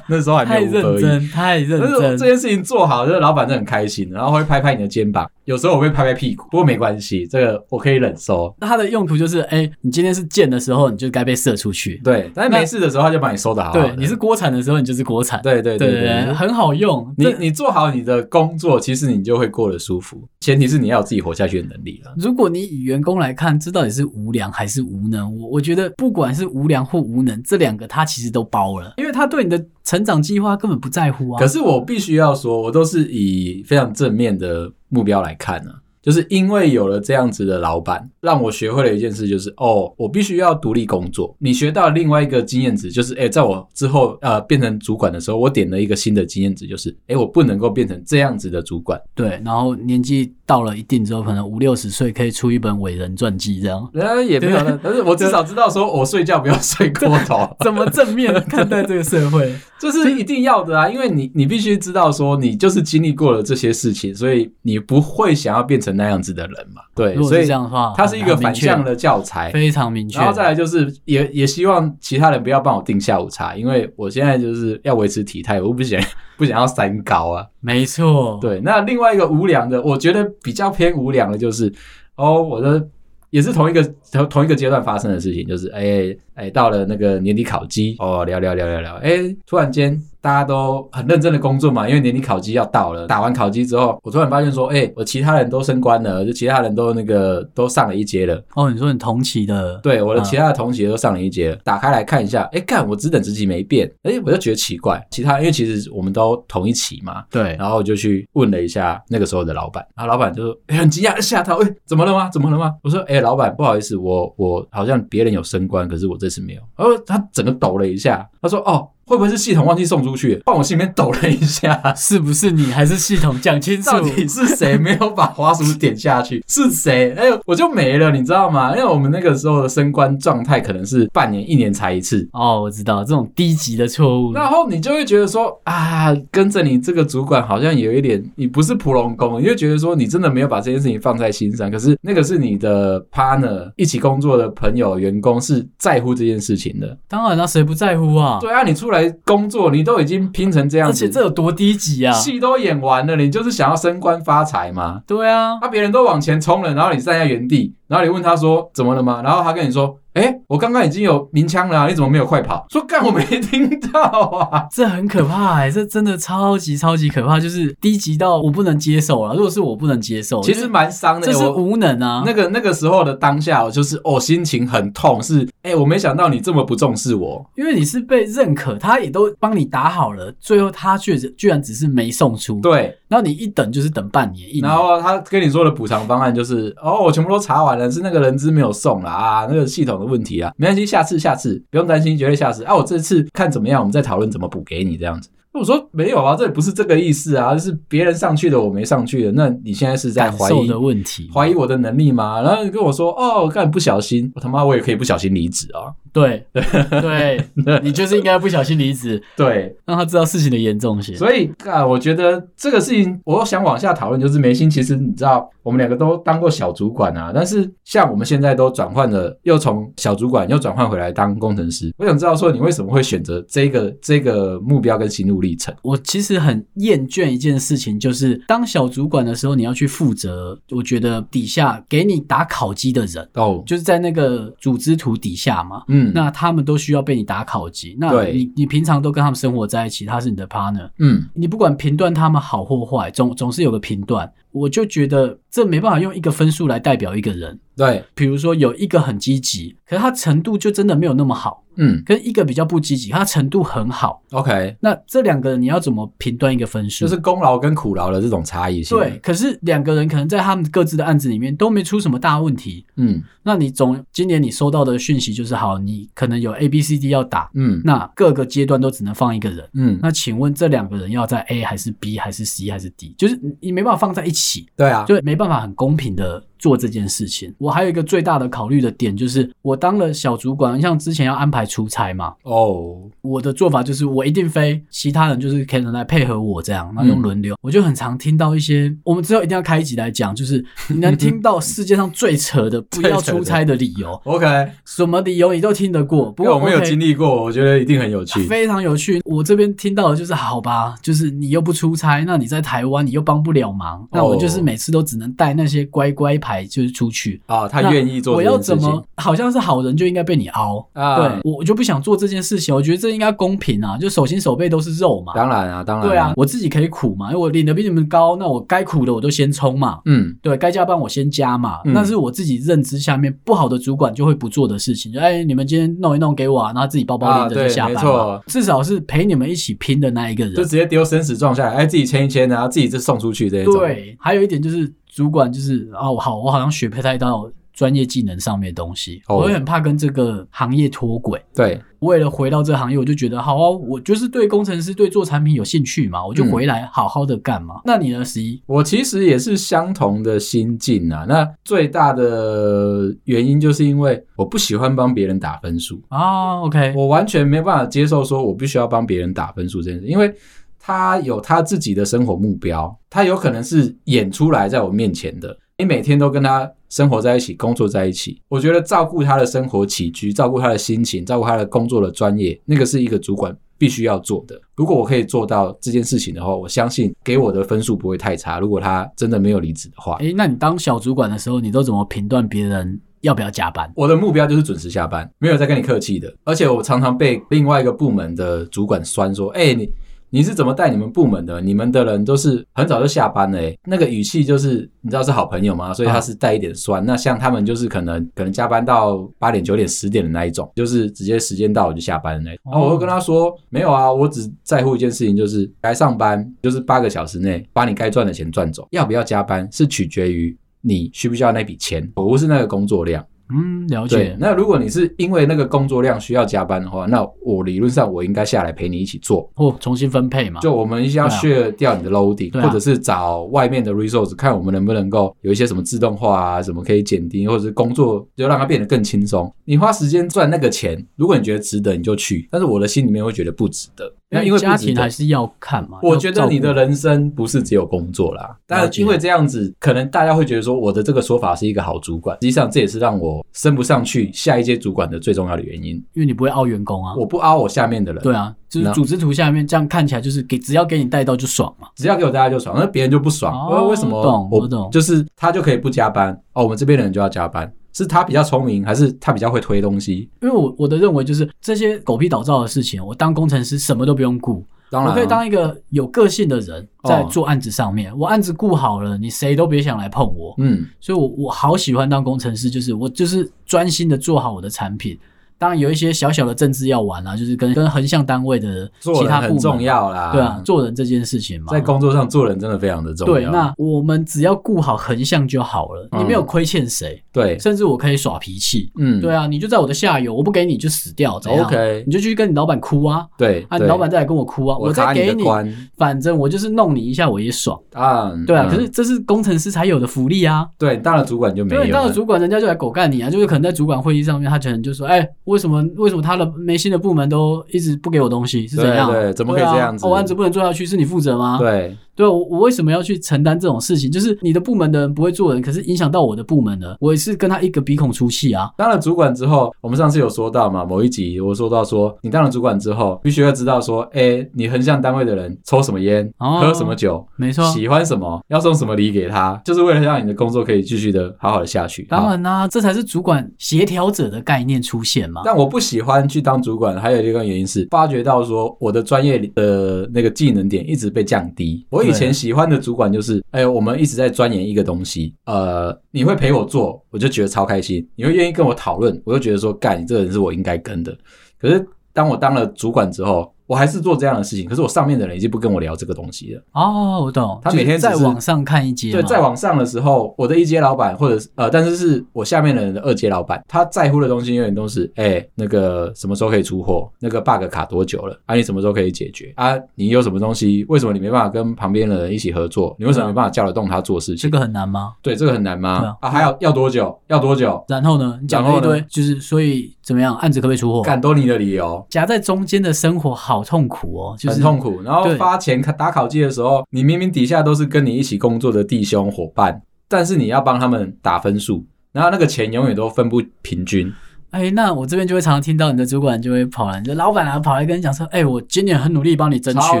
[SPEAKER 1] 那时候还
[SPEAKER 2] 太
[SPEAKER 1] 没有
[SPEAKER 2] 认
[SPEAKER 1] Uber Eats
[SPEAKER 2] 真，太
[SPEAKER 1] 但是我这
[SPEAKER 2] 认真。
[SPEAKER 1] 件事情做好，就是老板真的很开心，然后会拍拍你的肩膀，有时候我会拍拍屁股，不过没关系，这个我可以忍受。
[SPEAKER 2] 它的用途就是，哎、你今天是贱的时候，你就该被射出去；
[SPEAKER 1] 对，但是没事的时候他就把你收的好好的。
[SPEAKER 2] 对，你是锅铲的时候，你就是锅铲。
[SPEAKER 1] 对对对
[SPEAKER 2] 对对对，
[SPEAKER 1] 对，
[SPEAKER 2] 很好用。
[SPEAKER 1] 你
[SPEAKER 2] 这
[SPEAKER 1] 你做好你的工作，其实你就会过得舒服，前提是你要有自己活下去的能力了。
[SPEAKER 2] 如果你以员工来看，这到底是无良还是无能？我我觉得不管是无良或无能，这两个他其实都包了，因为他对你的成长计划根本不在乎啊。
[SPEAKER 1] 可是我必须要说，我都是以非常正面的目标来看呢、啊。就是因为有了这样子的老板，让我学会了一件事，就是哦，我必须要独立工作。你学到另外一个经验值，就是诶、在我之后呃变成主管的时候，我点了一个新的经验值，就是诶、我不能够变成这样子的主管。
[SPEAKER 2] 对，然后年纪到了一定之后，可能五六十岁可以出一本伟人传记，这样
[SPEAKER 1] 呃，也没有
[SPEAKER 2] 对
[SPEAKER 1] 了， 但是我至少知道说我睡觉不要睡过头，
[SPEAKER 2] 怎么正面地看待这个社会？
[SPEAKER 1] 这是一定要的啊，因为你你必须知道说你就是经历过了这些事情，所以你不会想要变成那样子的人嘛。对，
[SPEAKER 2] 如果
[SPEAKER 1] 所以
[SPEAKER 2] 是这样的话，
[SPEAKER 1] 它是一个反向
[SPEAKER 2] 的，
[SPEAKER 1] 的教材。
[SPEAKER 2] 非常明确。
[SPEAKER 1] 然后再来就是也也希望其他人不要帮我订下午茶，因为我现在就是要维持体态，我不想 不想要三高啊。
[SPEAKER 2] 没错，，
[SPEAKER 1] 对，那另外一个无良的，我觉得比较偏无良的就是，哦，我的也是同一个同同一个阶段发生的事情，就是哎哎、到了那个年底考绩，哦，聊聊聊聊聊，哎、突然间大家都很认真的工作嘛，因为年底考绩要到了，打完考绩之后，我突然发现说，哎、我其他人都升官了，就其他人都那个都上了一阶了。
[SPEAKER 2] 哦，你说你同期的，，
[SPEAKER 1] 对，我的
[SPEAKER 2] 嗯
[SPEAKER 1] 其他的同学都上了一节，打开来看一下，哎，干，我只等职级没变，哎，我就觉得奇怪。其他因为其实我们都同一期嘛，
[SPEAKER 2] 对，
[SPEAKER 1] 然后我就去问了一下那个时候的老板，然后老板就说、哎，很惊讶，吓到，哎，怎么了吗？怎么了吗？我说，哎，老板，不好意思，我我好像别人有升官，可是我这次没有。然后他整个抖了一下，他说，哦，会不会是系统忘记送出去？放我心里面抖了一下。
[SPEAKER 2] 是不是你还是系统讲清 楚？
[SPEAKER 1] 到底是谁没有把滑鼠点下去？ 是谁？哎、我就没了，你知道吗？因哎为我们那个时候的升官状态可能是半年、一年才一次，
[SPEAKER 2] 哦，我知道这种低级的错误，
[SPEAKER 1] 然后你就会觉得说啊，跟着你这个主管好像有一点，你不是蒲龙工，你就觉得说你真的没有把这件事情放在心上。可是那个是你的 partner 一起工作的朋友、员工是在乎这件事情的。
[SPEAKER 2] 当然了，谁不在乎啊？
[SPEAKER 1] 对啊，你出来工作，你都已经拼成这样
[SPEAKER 2] 而
[SPEAKER 1] 子，
[SPEAKER 2] 且这有多低级啊？
[SPEAKER 1] 戏都演完了，你就是想要升官发财嘛？
[SPEAKER 2] 对啊，
[SPEAKER 1] 那、别人都往前冲了，然后你站在原地，然后你问他说怎么了吗？然后他跟你说，哎、我刚刚已经有鸣枪了啊、你怎么没有快跑？说干我没听到啊。
[SPEAKER 2] 这很可怕哎、这真的超级超级可怕，就是低级到我不能接受了。如果是我不能接 受，
[SPEAKER 1] 其实
[SPEAKER 2] 就是
[SPEAKER 1] 蛮伤的，
[SPEAKER 2] 这是
[SPEAKER 1] 我
[SPEAKER 2] 无能啊。
[SPEAKER 1] 那个那个时候的当下，我就是哦，心情很痛，是哎、我没想到你这么不重视我。
[SPEAKER 2] 因为你是被认可，他也都帮你打好了，最后他却居然只是没送出，
[SPEAKER 1] 对，
[SPEAKER 2] 然后你一等就是等半年，一年
[SPEAKER 1] 然后他跟你说的补偿方案就是，哦，我全部都查完了，是那个人资没有送啦，啊，那个系统的问题啊，没关系，下次下次不用担心，绝对下次啊，我这次看怎么样，我们再讨论怎么补给你这样子。我说没有啊，这也不是这个意思啊，就是别人上去的，我没上去的，那你现在是在
[SPEAKER 2] 感
[SPEAKER 1] 怀
[SPEAKER 2] 受
[SPEAKER 1] 疑
[SPEAKER 2] 的问题，
[SPEAKER 1] 怀疑我的能力吗？然后你跟我说，哦，干不小心，我他妈我也可以不小心离职啊，
[SPEAKER 2] 对对， 你就是应该不小心离职，
[SPEAKER 1] 对，
[SPEAKER 2] 让他知道事情的严重性。
[SPEAKER 1] 所以啊，我觉得这个事情，我想往下讨论，就是梅心，其实你知道，我们两个都当过小主管啊，但是像我们现在都转换了，又从小主管又转换回来当工程师。我想知道说，你为什么会选择这个这个目标跟心路历程？
[SPEAKER 2] 我其实很厌倦一件事情，就是当小主管的时候，你要去负责，我觉得底下给你打烤鸡的人，
[SPEAKER 1] 哦，
[SPEAKER 2] 就是在那个组织图底下嘛。
[SPEAKER 1] 嗯，
[SPEAKER 2] 那他们都需要被你打烤鸡，那
[SPEAKER 1] 对
[SPEAKER 2] 你你平常都跟他们生活在一起，他是你的 partner，
[SPEAKER 1] 嗯，
[SPEAKER 2] 你不管评断他们好或坏，总总是有个评断。我就觉得这没办法用一个分数来代表一个人，
[SPEAKER 1] 对，
[SPEAKER 2] 比如说有一个很积极，可是他程度就真的没有那么好，
[SPEAKER 1] 嗯
[SPEAKER 2] 跟一个比较不积极，他程度很好。
[SPEAKER 1] ，OK，
[SPEAKER 2] 那这两个人你要怎么评断一个分数？
[SPEAKER 1] 就是功劳跟苦劳的这种差异性。
[SPEAKER 2] 对，，可是两个人可能在他们各自的案子里面都没出什么大问题。
[SPEAKER 1] 嗯
[SPEAKER 2] 那你总今年你收到的讯息就是，好，你可能有 A、B、C、D 要打，
[SPEAKER 1] 嗯
[SPEAKER 2] 那各个阶段都只能放一个人。
[SPEAKER 1] 嗯，
[SPEAKER 2] 那请问这两个人要在 A 还是 B 还是 C 还是 D？就是你你没办法放在一起，
[SPEAKER 1] 对啊，
[SPEAKER 2] 就没办法很公平的做这件事情。我还有一个最大的考虑的点就是，我当了小主管，像之前要安排出差嘛，
[SPEAKER 1] 哦，
[SPEAKER 2] 我的做法就是我一定飞，其他人就是可能来配合我这样，那
[SPEAKER 1] 嗯
[SPEAKER 2] 用轮流。我就很常听到一些，我们之后一定要开一集来讲，就是你能听到世界上最扯的不要出差的理 由，
[SPEAKER 1] OK，
[SPEAKER 2] 什么理由你都听得过。不
[SPEAKER 1] 因为
[SPEAKER 2] 过
[SPEAKER 1] 我没有
[SPEAKER 2] OK，
[SPEAKER 1] 经历过，我觉得一定很有趣。
[SPEAKER 2] 非常有趣。我这边听到的就是，好吧，就是你又不出差，那你在台湾你又帮不了忙，
[SPEAKER 1] 哦
[SPEAKER 2] 那我就是每次都只能带那些乖乖牌就是出去。
[SPEAKER 1] 啊，他
[SPEAKER 2] 那
[SPEAKER 1] 愿意做
[SPEAKER 2] 我
[SPEAKER 1] 这
[SPEAKER 2] 要
[SPEAKER 1] 件事
[SPEAKER 2] 怎
[SPEAKER 1] 情
[SPEAKER 2] 么？好像是好人就应该被你凹，
[SPEAKER 1] 啊
[SPEAKER 2] 对我我就不想做这件事情。我觉得这应该公平啊，就手心手背都是肉嘛。
[SPEAKER 1] 当然啊，当然。
[SPEAKER 2] 对啊，，我自己可以苦嘛，因为我领的比你们高，那我该苦的我都先冲嘛。
[SPEAKER 1] 嗯，
[SPEAKER 2] 对该加班我先加嘛，
[SPEAKER 1] 嗯
[SPEAKER 2] 那是我自己认知下面不好的主管就会不做的事情，就哎你们今天弄一弄给我、啊，然后自己包包拎着
[SPEAKER 1] 啊对
[SPEAKER 2] 就下
[SPEAKER 1] 没
[SPEAKER 2] 班嘛、
[SPEAKER 1] 错
[SPEAKER 2] 至少是陪你们一起拼的那一个
[SPEAKER 1] 就
[SPEAKER 2] 人
[SPEAKER 1] 直。接丢生死状下来，哎，自己签一签，然后自己就送出去这一种。，
[SPEAKER 2] 对，还有一点就是主管就是哦好，我好像学不太到专业技能上面的东西，
[SPEAKER 1] 哦
[SPEAKER 2] 我会很怕跟这个行业脱轨。
[SPEAKER 1] 对，
[SPEAKER 2] 为了回到这行业，我就觉得好啊，我就是对工程师、对做产品有兴趣嘛，我就
[SPEAKER 1] 嗯
[SPEAKER 2] 回来好好的干嘛。那你呢，十一？
[SPEAKER 1] 我其实也是相同的心境啊。那最大的原因就是因为我不喜欢帮别人打分数，
[SPEAKER 2] 啊，OK，
[SPEAKER 1] 我完全没办法接受说我必须要帮别人打分数这件事，因为他有他自己的生活目标，他有可能是演出来在我面前的。你每天都跟他生活在一起，工作在一起，我觉得照顾他的生活起居，照顾他的心情，照顾他的工作的专业，那个是一个主管必须要做的。如果我可以做到这件事情的话，我相信给我的分数不会太差。如果他真的没有离职的话，
[SPEAKER 2] 哎，那你当小主管的时候，你都怎么评断别人要不要加班？
[SPEAKER 1] 我的目标就是准时下班，没有在跟你客气的。而且我常常被另外一个部门的主管酸说：“哎、你你是怎么带你们部门的？你们的人都是很早就下班了、欸。”那个语气就是你知道是好朋友吗？所以他是带一点酸。那像他们就是可能可能加班到八点、九点、十点的那一种，就是直接时间到我就下班的那一种。
[SPEAKER 2] 哦
[SPEAKER 1] 然后我会跟他说：“没有啊，我只在乎一件事情，就是该上班就是八个小时内把你该赚的钱赚走，要不要加班是取决于。”你需不需要那笔钱？我不是那个工作量，
[SPEAKER 2] 嗯，了
[SPEAKER 1] 对
[SPEAKER 2] 解，。
[SPEAKER 1] 那如果你是因为那个工作量需要加班的话，那我理论上我应该下来陪你一起做。
[SPEAKER 2] 或重新分配嘛。
[SPEAKER 1] 就我们要
[SPEAKER 2] 对啊
[SPEAKER 1] share 掉你的 loading，、
[SPEAKER 2] 对啊
[SPEAKER 1] 或者是找外面的 resource，看我们能不能够有一些什么自动化啊，什么可以减低，或者是工作就让它变得更轻松。你花时间赚那个钱，如果你觉得值得，你就去。但是我的心里面会觉得不值得，那因为不值得
[SPEAKER 2] 家庭还是要看嘛。
[SPEAKER 1] 我
[SPEAKER 2] 要
[SPEAKER 1] 觉
[SPEAKER 2] 照
[SPEAKER 1] 得
[SPEAKER 2] 顾
[SPEAKER 1] 你的人生不是只有工作啦，但因为这样子，可能大家会觉得说我的这个说法是一个好主管，实际上这也是让我升不上去下一阶主管的最重要的原因。
[SPEAKER 2] 因为你不会傲员工啊。
[SPEAKER 1] 我不凹我下面的人，
[SPEAKER 2] 对，啊，就是
[SPEAKER 1] 那
[SPEAKER 2] 组织图下面这样看起来就是给，只要给你带到就爽嘛。
[SPEAKER 1] 只要给我大家就爽，那别人就不爽。
[SPEAKER 2] 哦
[SPEAKER 1] 为什么？
[SPEAKER 2] 懂
[SPEAKER 1] 我
[SPEAKER 2] 我懂
[SPEAKER 1] 就是他就可以不加班哦，我们这边的人就要加班，是他比较聪明，还是他比较会推东西？
[SPEAKER 2] 因为我我的认为就是这些狗屁倒灶的事情，我当工程师什么都不用顾，
[SPEAKER 1] 当然
[SPEAKER 2] 我
[SPEAKER 1] 啊、
[SPEAKER 2] 可以当一个有个性的人
[SPEAKER 1] 哦
[SPEAKER 2] 在做案子上面。我案子顾好了，你谁都别想来碰我。
[SPEAKER 1] 嗯，
[SPEAKER 2] 所以我我好喜欢当工程师，就是我就是专心的做好我的产品。当然有一些小小的政治要玩啊，就是跟跟横向单位的
[SPEAKER 1] 做
[SPEAKER 2] 其
[SPEAKER 1] 人
[SPEAKER 2] 他部
[SPEAKER 1] 很
[SPEAKER 2] 门，啊
[SPEAKER 1] 重要啦，
[SPEAKER 2] 对啊，，做人这件事情嘛，
[SPEAKER 1] 在工作上做人真的非常的重要。
[SPEAKER 2] 对，那我们只要顾好横向就好了，
[SPEAKER 1] 嗯
[SPEAKER 2] 你没有亏欠谁，
[SPEAKER 1] 对，
[SPEAKER 2] 甚至我可以耍脾气。
[SPEAKER 1] 嗯，
[SPEAKER 2] 对啊，你就在我的下游，我不给你就死掉，怎样
[SPEAKER 1] OK
[SPEAKER 2] 你就去跟你老板哭啊，
[SPEAKER 1] 对，
[SPEAKER 2] 啊，你
[SPEAKER 1] 对
[SPEAKER 2] 老板再来跟我哭啊，
[SPEAKER 1] 我
[SPEAKER 2] 再
[SPEAKER 1] 卡
[SPEAKER 2] 给
[SPEAKER 1] 你的官
[SPEAKER 2] 反正我就是弄你一下我也爽。
[SPEAKER 1] 啊，
[SPEAKER 2] 对啊，
[SPEAKER 1] 嗯
[SPEAKER 2] 可是这是工程师才有的福利啊。
[SPEAKER 1] 对，当了主管就没有
[SPEAKER 2] 对，
[SPEAKER 1] 了。
[SPEAKER 2] 你当了主管，人家就来狗干你啊！就是可能在主管会议上面，他可能就说：“哎、为什么为什么他的没新的部门都一直不给我东西，是怎样？
[SPEAKER 1] 对对怎么可以
[SPEAKER 2] 对啊
[SPEAKER 1] 这样子
[SPEAKER 2] 哦我案子不能做下去，是你负责吗？
[SPEAKER 1] 对
[SPEAKER 2] 对啊，我我为什么要去承担这种事情？就是你的部门的人不会做人，可是影响到我的部门了，我也是跟他一个鼻孔出气啊。
[SPEAKER 1] 当了主管之后，我们上次有说到嘛，某一集我说到说，你当了主管之后，必须要知道说，哎，你横向单位的人抽什么烟，
[SPEAKER 2] 哦
[SPEAKER 1] 喝什么酒，
[SPEAKER 2] 没错，
[SPEAKER 1] 喜欢什么，要送什么礼给他，就是为了让你的工作可以继续的好好的下去。
[SPEAKER 2] 当
[SPEAKER 1] 好。
[SPEAKER 2] 然啦、这才是主管协调者的概念出现嘛。
[SPEAKER 1] 但我不喜欢去当主管，还有一个原因是发觉到说我的专业的那个技能点一直被降低。我以以前喜欢的主管就是，哎，我们一直在钻研一个东西，呃，你会陪我做，我就觉得超开心；你会愿意跟我讨论，我就觉得说，干，你这个人是我应该跟的。可是当我当了主管之后，我还是做这样的事情，可是我上面的人已经不跟我聊这个东西了。
[SPEAKER 2] 哦，我懂，
[SPEAKER 1] 他每天只
[SPEAKER 2] 在
[SPEAKER 1] 是
[SPEAKER 2] 往上看一阶嘛，
[SPEAKER 1] 对，再往上的时候，我的一阶老板或者是呃，但是是我下面的人的二阶老板，他在乎的东西永远都是，哎、那个什么时候可以出货，那个 bug 卡多久了，啊，你什么时候可以解决，啊，你有什么东西，为什么你没办法跟旁边的人一起合作，你为什么没办法叫得动他做事
[SPEAKER 2] 这
[SPEAKER 1] 情？
[SPEAKER 2] 个很难吗？
[SPEAKER 1] 对，这个很难
[SPEAKER 2] 对
[SPEAKER 1] 吗
[SPEAKER 2] 啊？
[SPEAKER 1] 啊，还有要多久？要多久？
[SPEAKER 2] 然后呢，你讲了一
[SPEAKER 1] 然后
[SPEAKER 2] 堆
[SPEAKER 1] 呢，
[SPEAKER 2] 就是所以怎么样，案子可不可以出货？
[SPEAKER 1] 敢都你的理由。
[SPEAKER 2] 夹在中间的生活好痛苦哦，就是
[SPEAKER 1] 很痛苦，然后
[SPEAKER 2] 对
[SPEAKER 1] 发钱打烤鸡的时候，你明明底下都是跟你一起工作的弟兄伙伴，但是你要帮他们打分数，然后那个钱永远都分不平均。
[SPEAKER 2] 哎，那我这边就会常常听到你的主管就会跑来，就老板啊跑来跟你讲说，哎，我今年很努力帮你争取
[SPEAKER 1] 超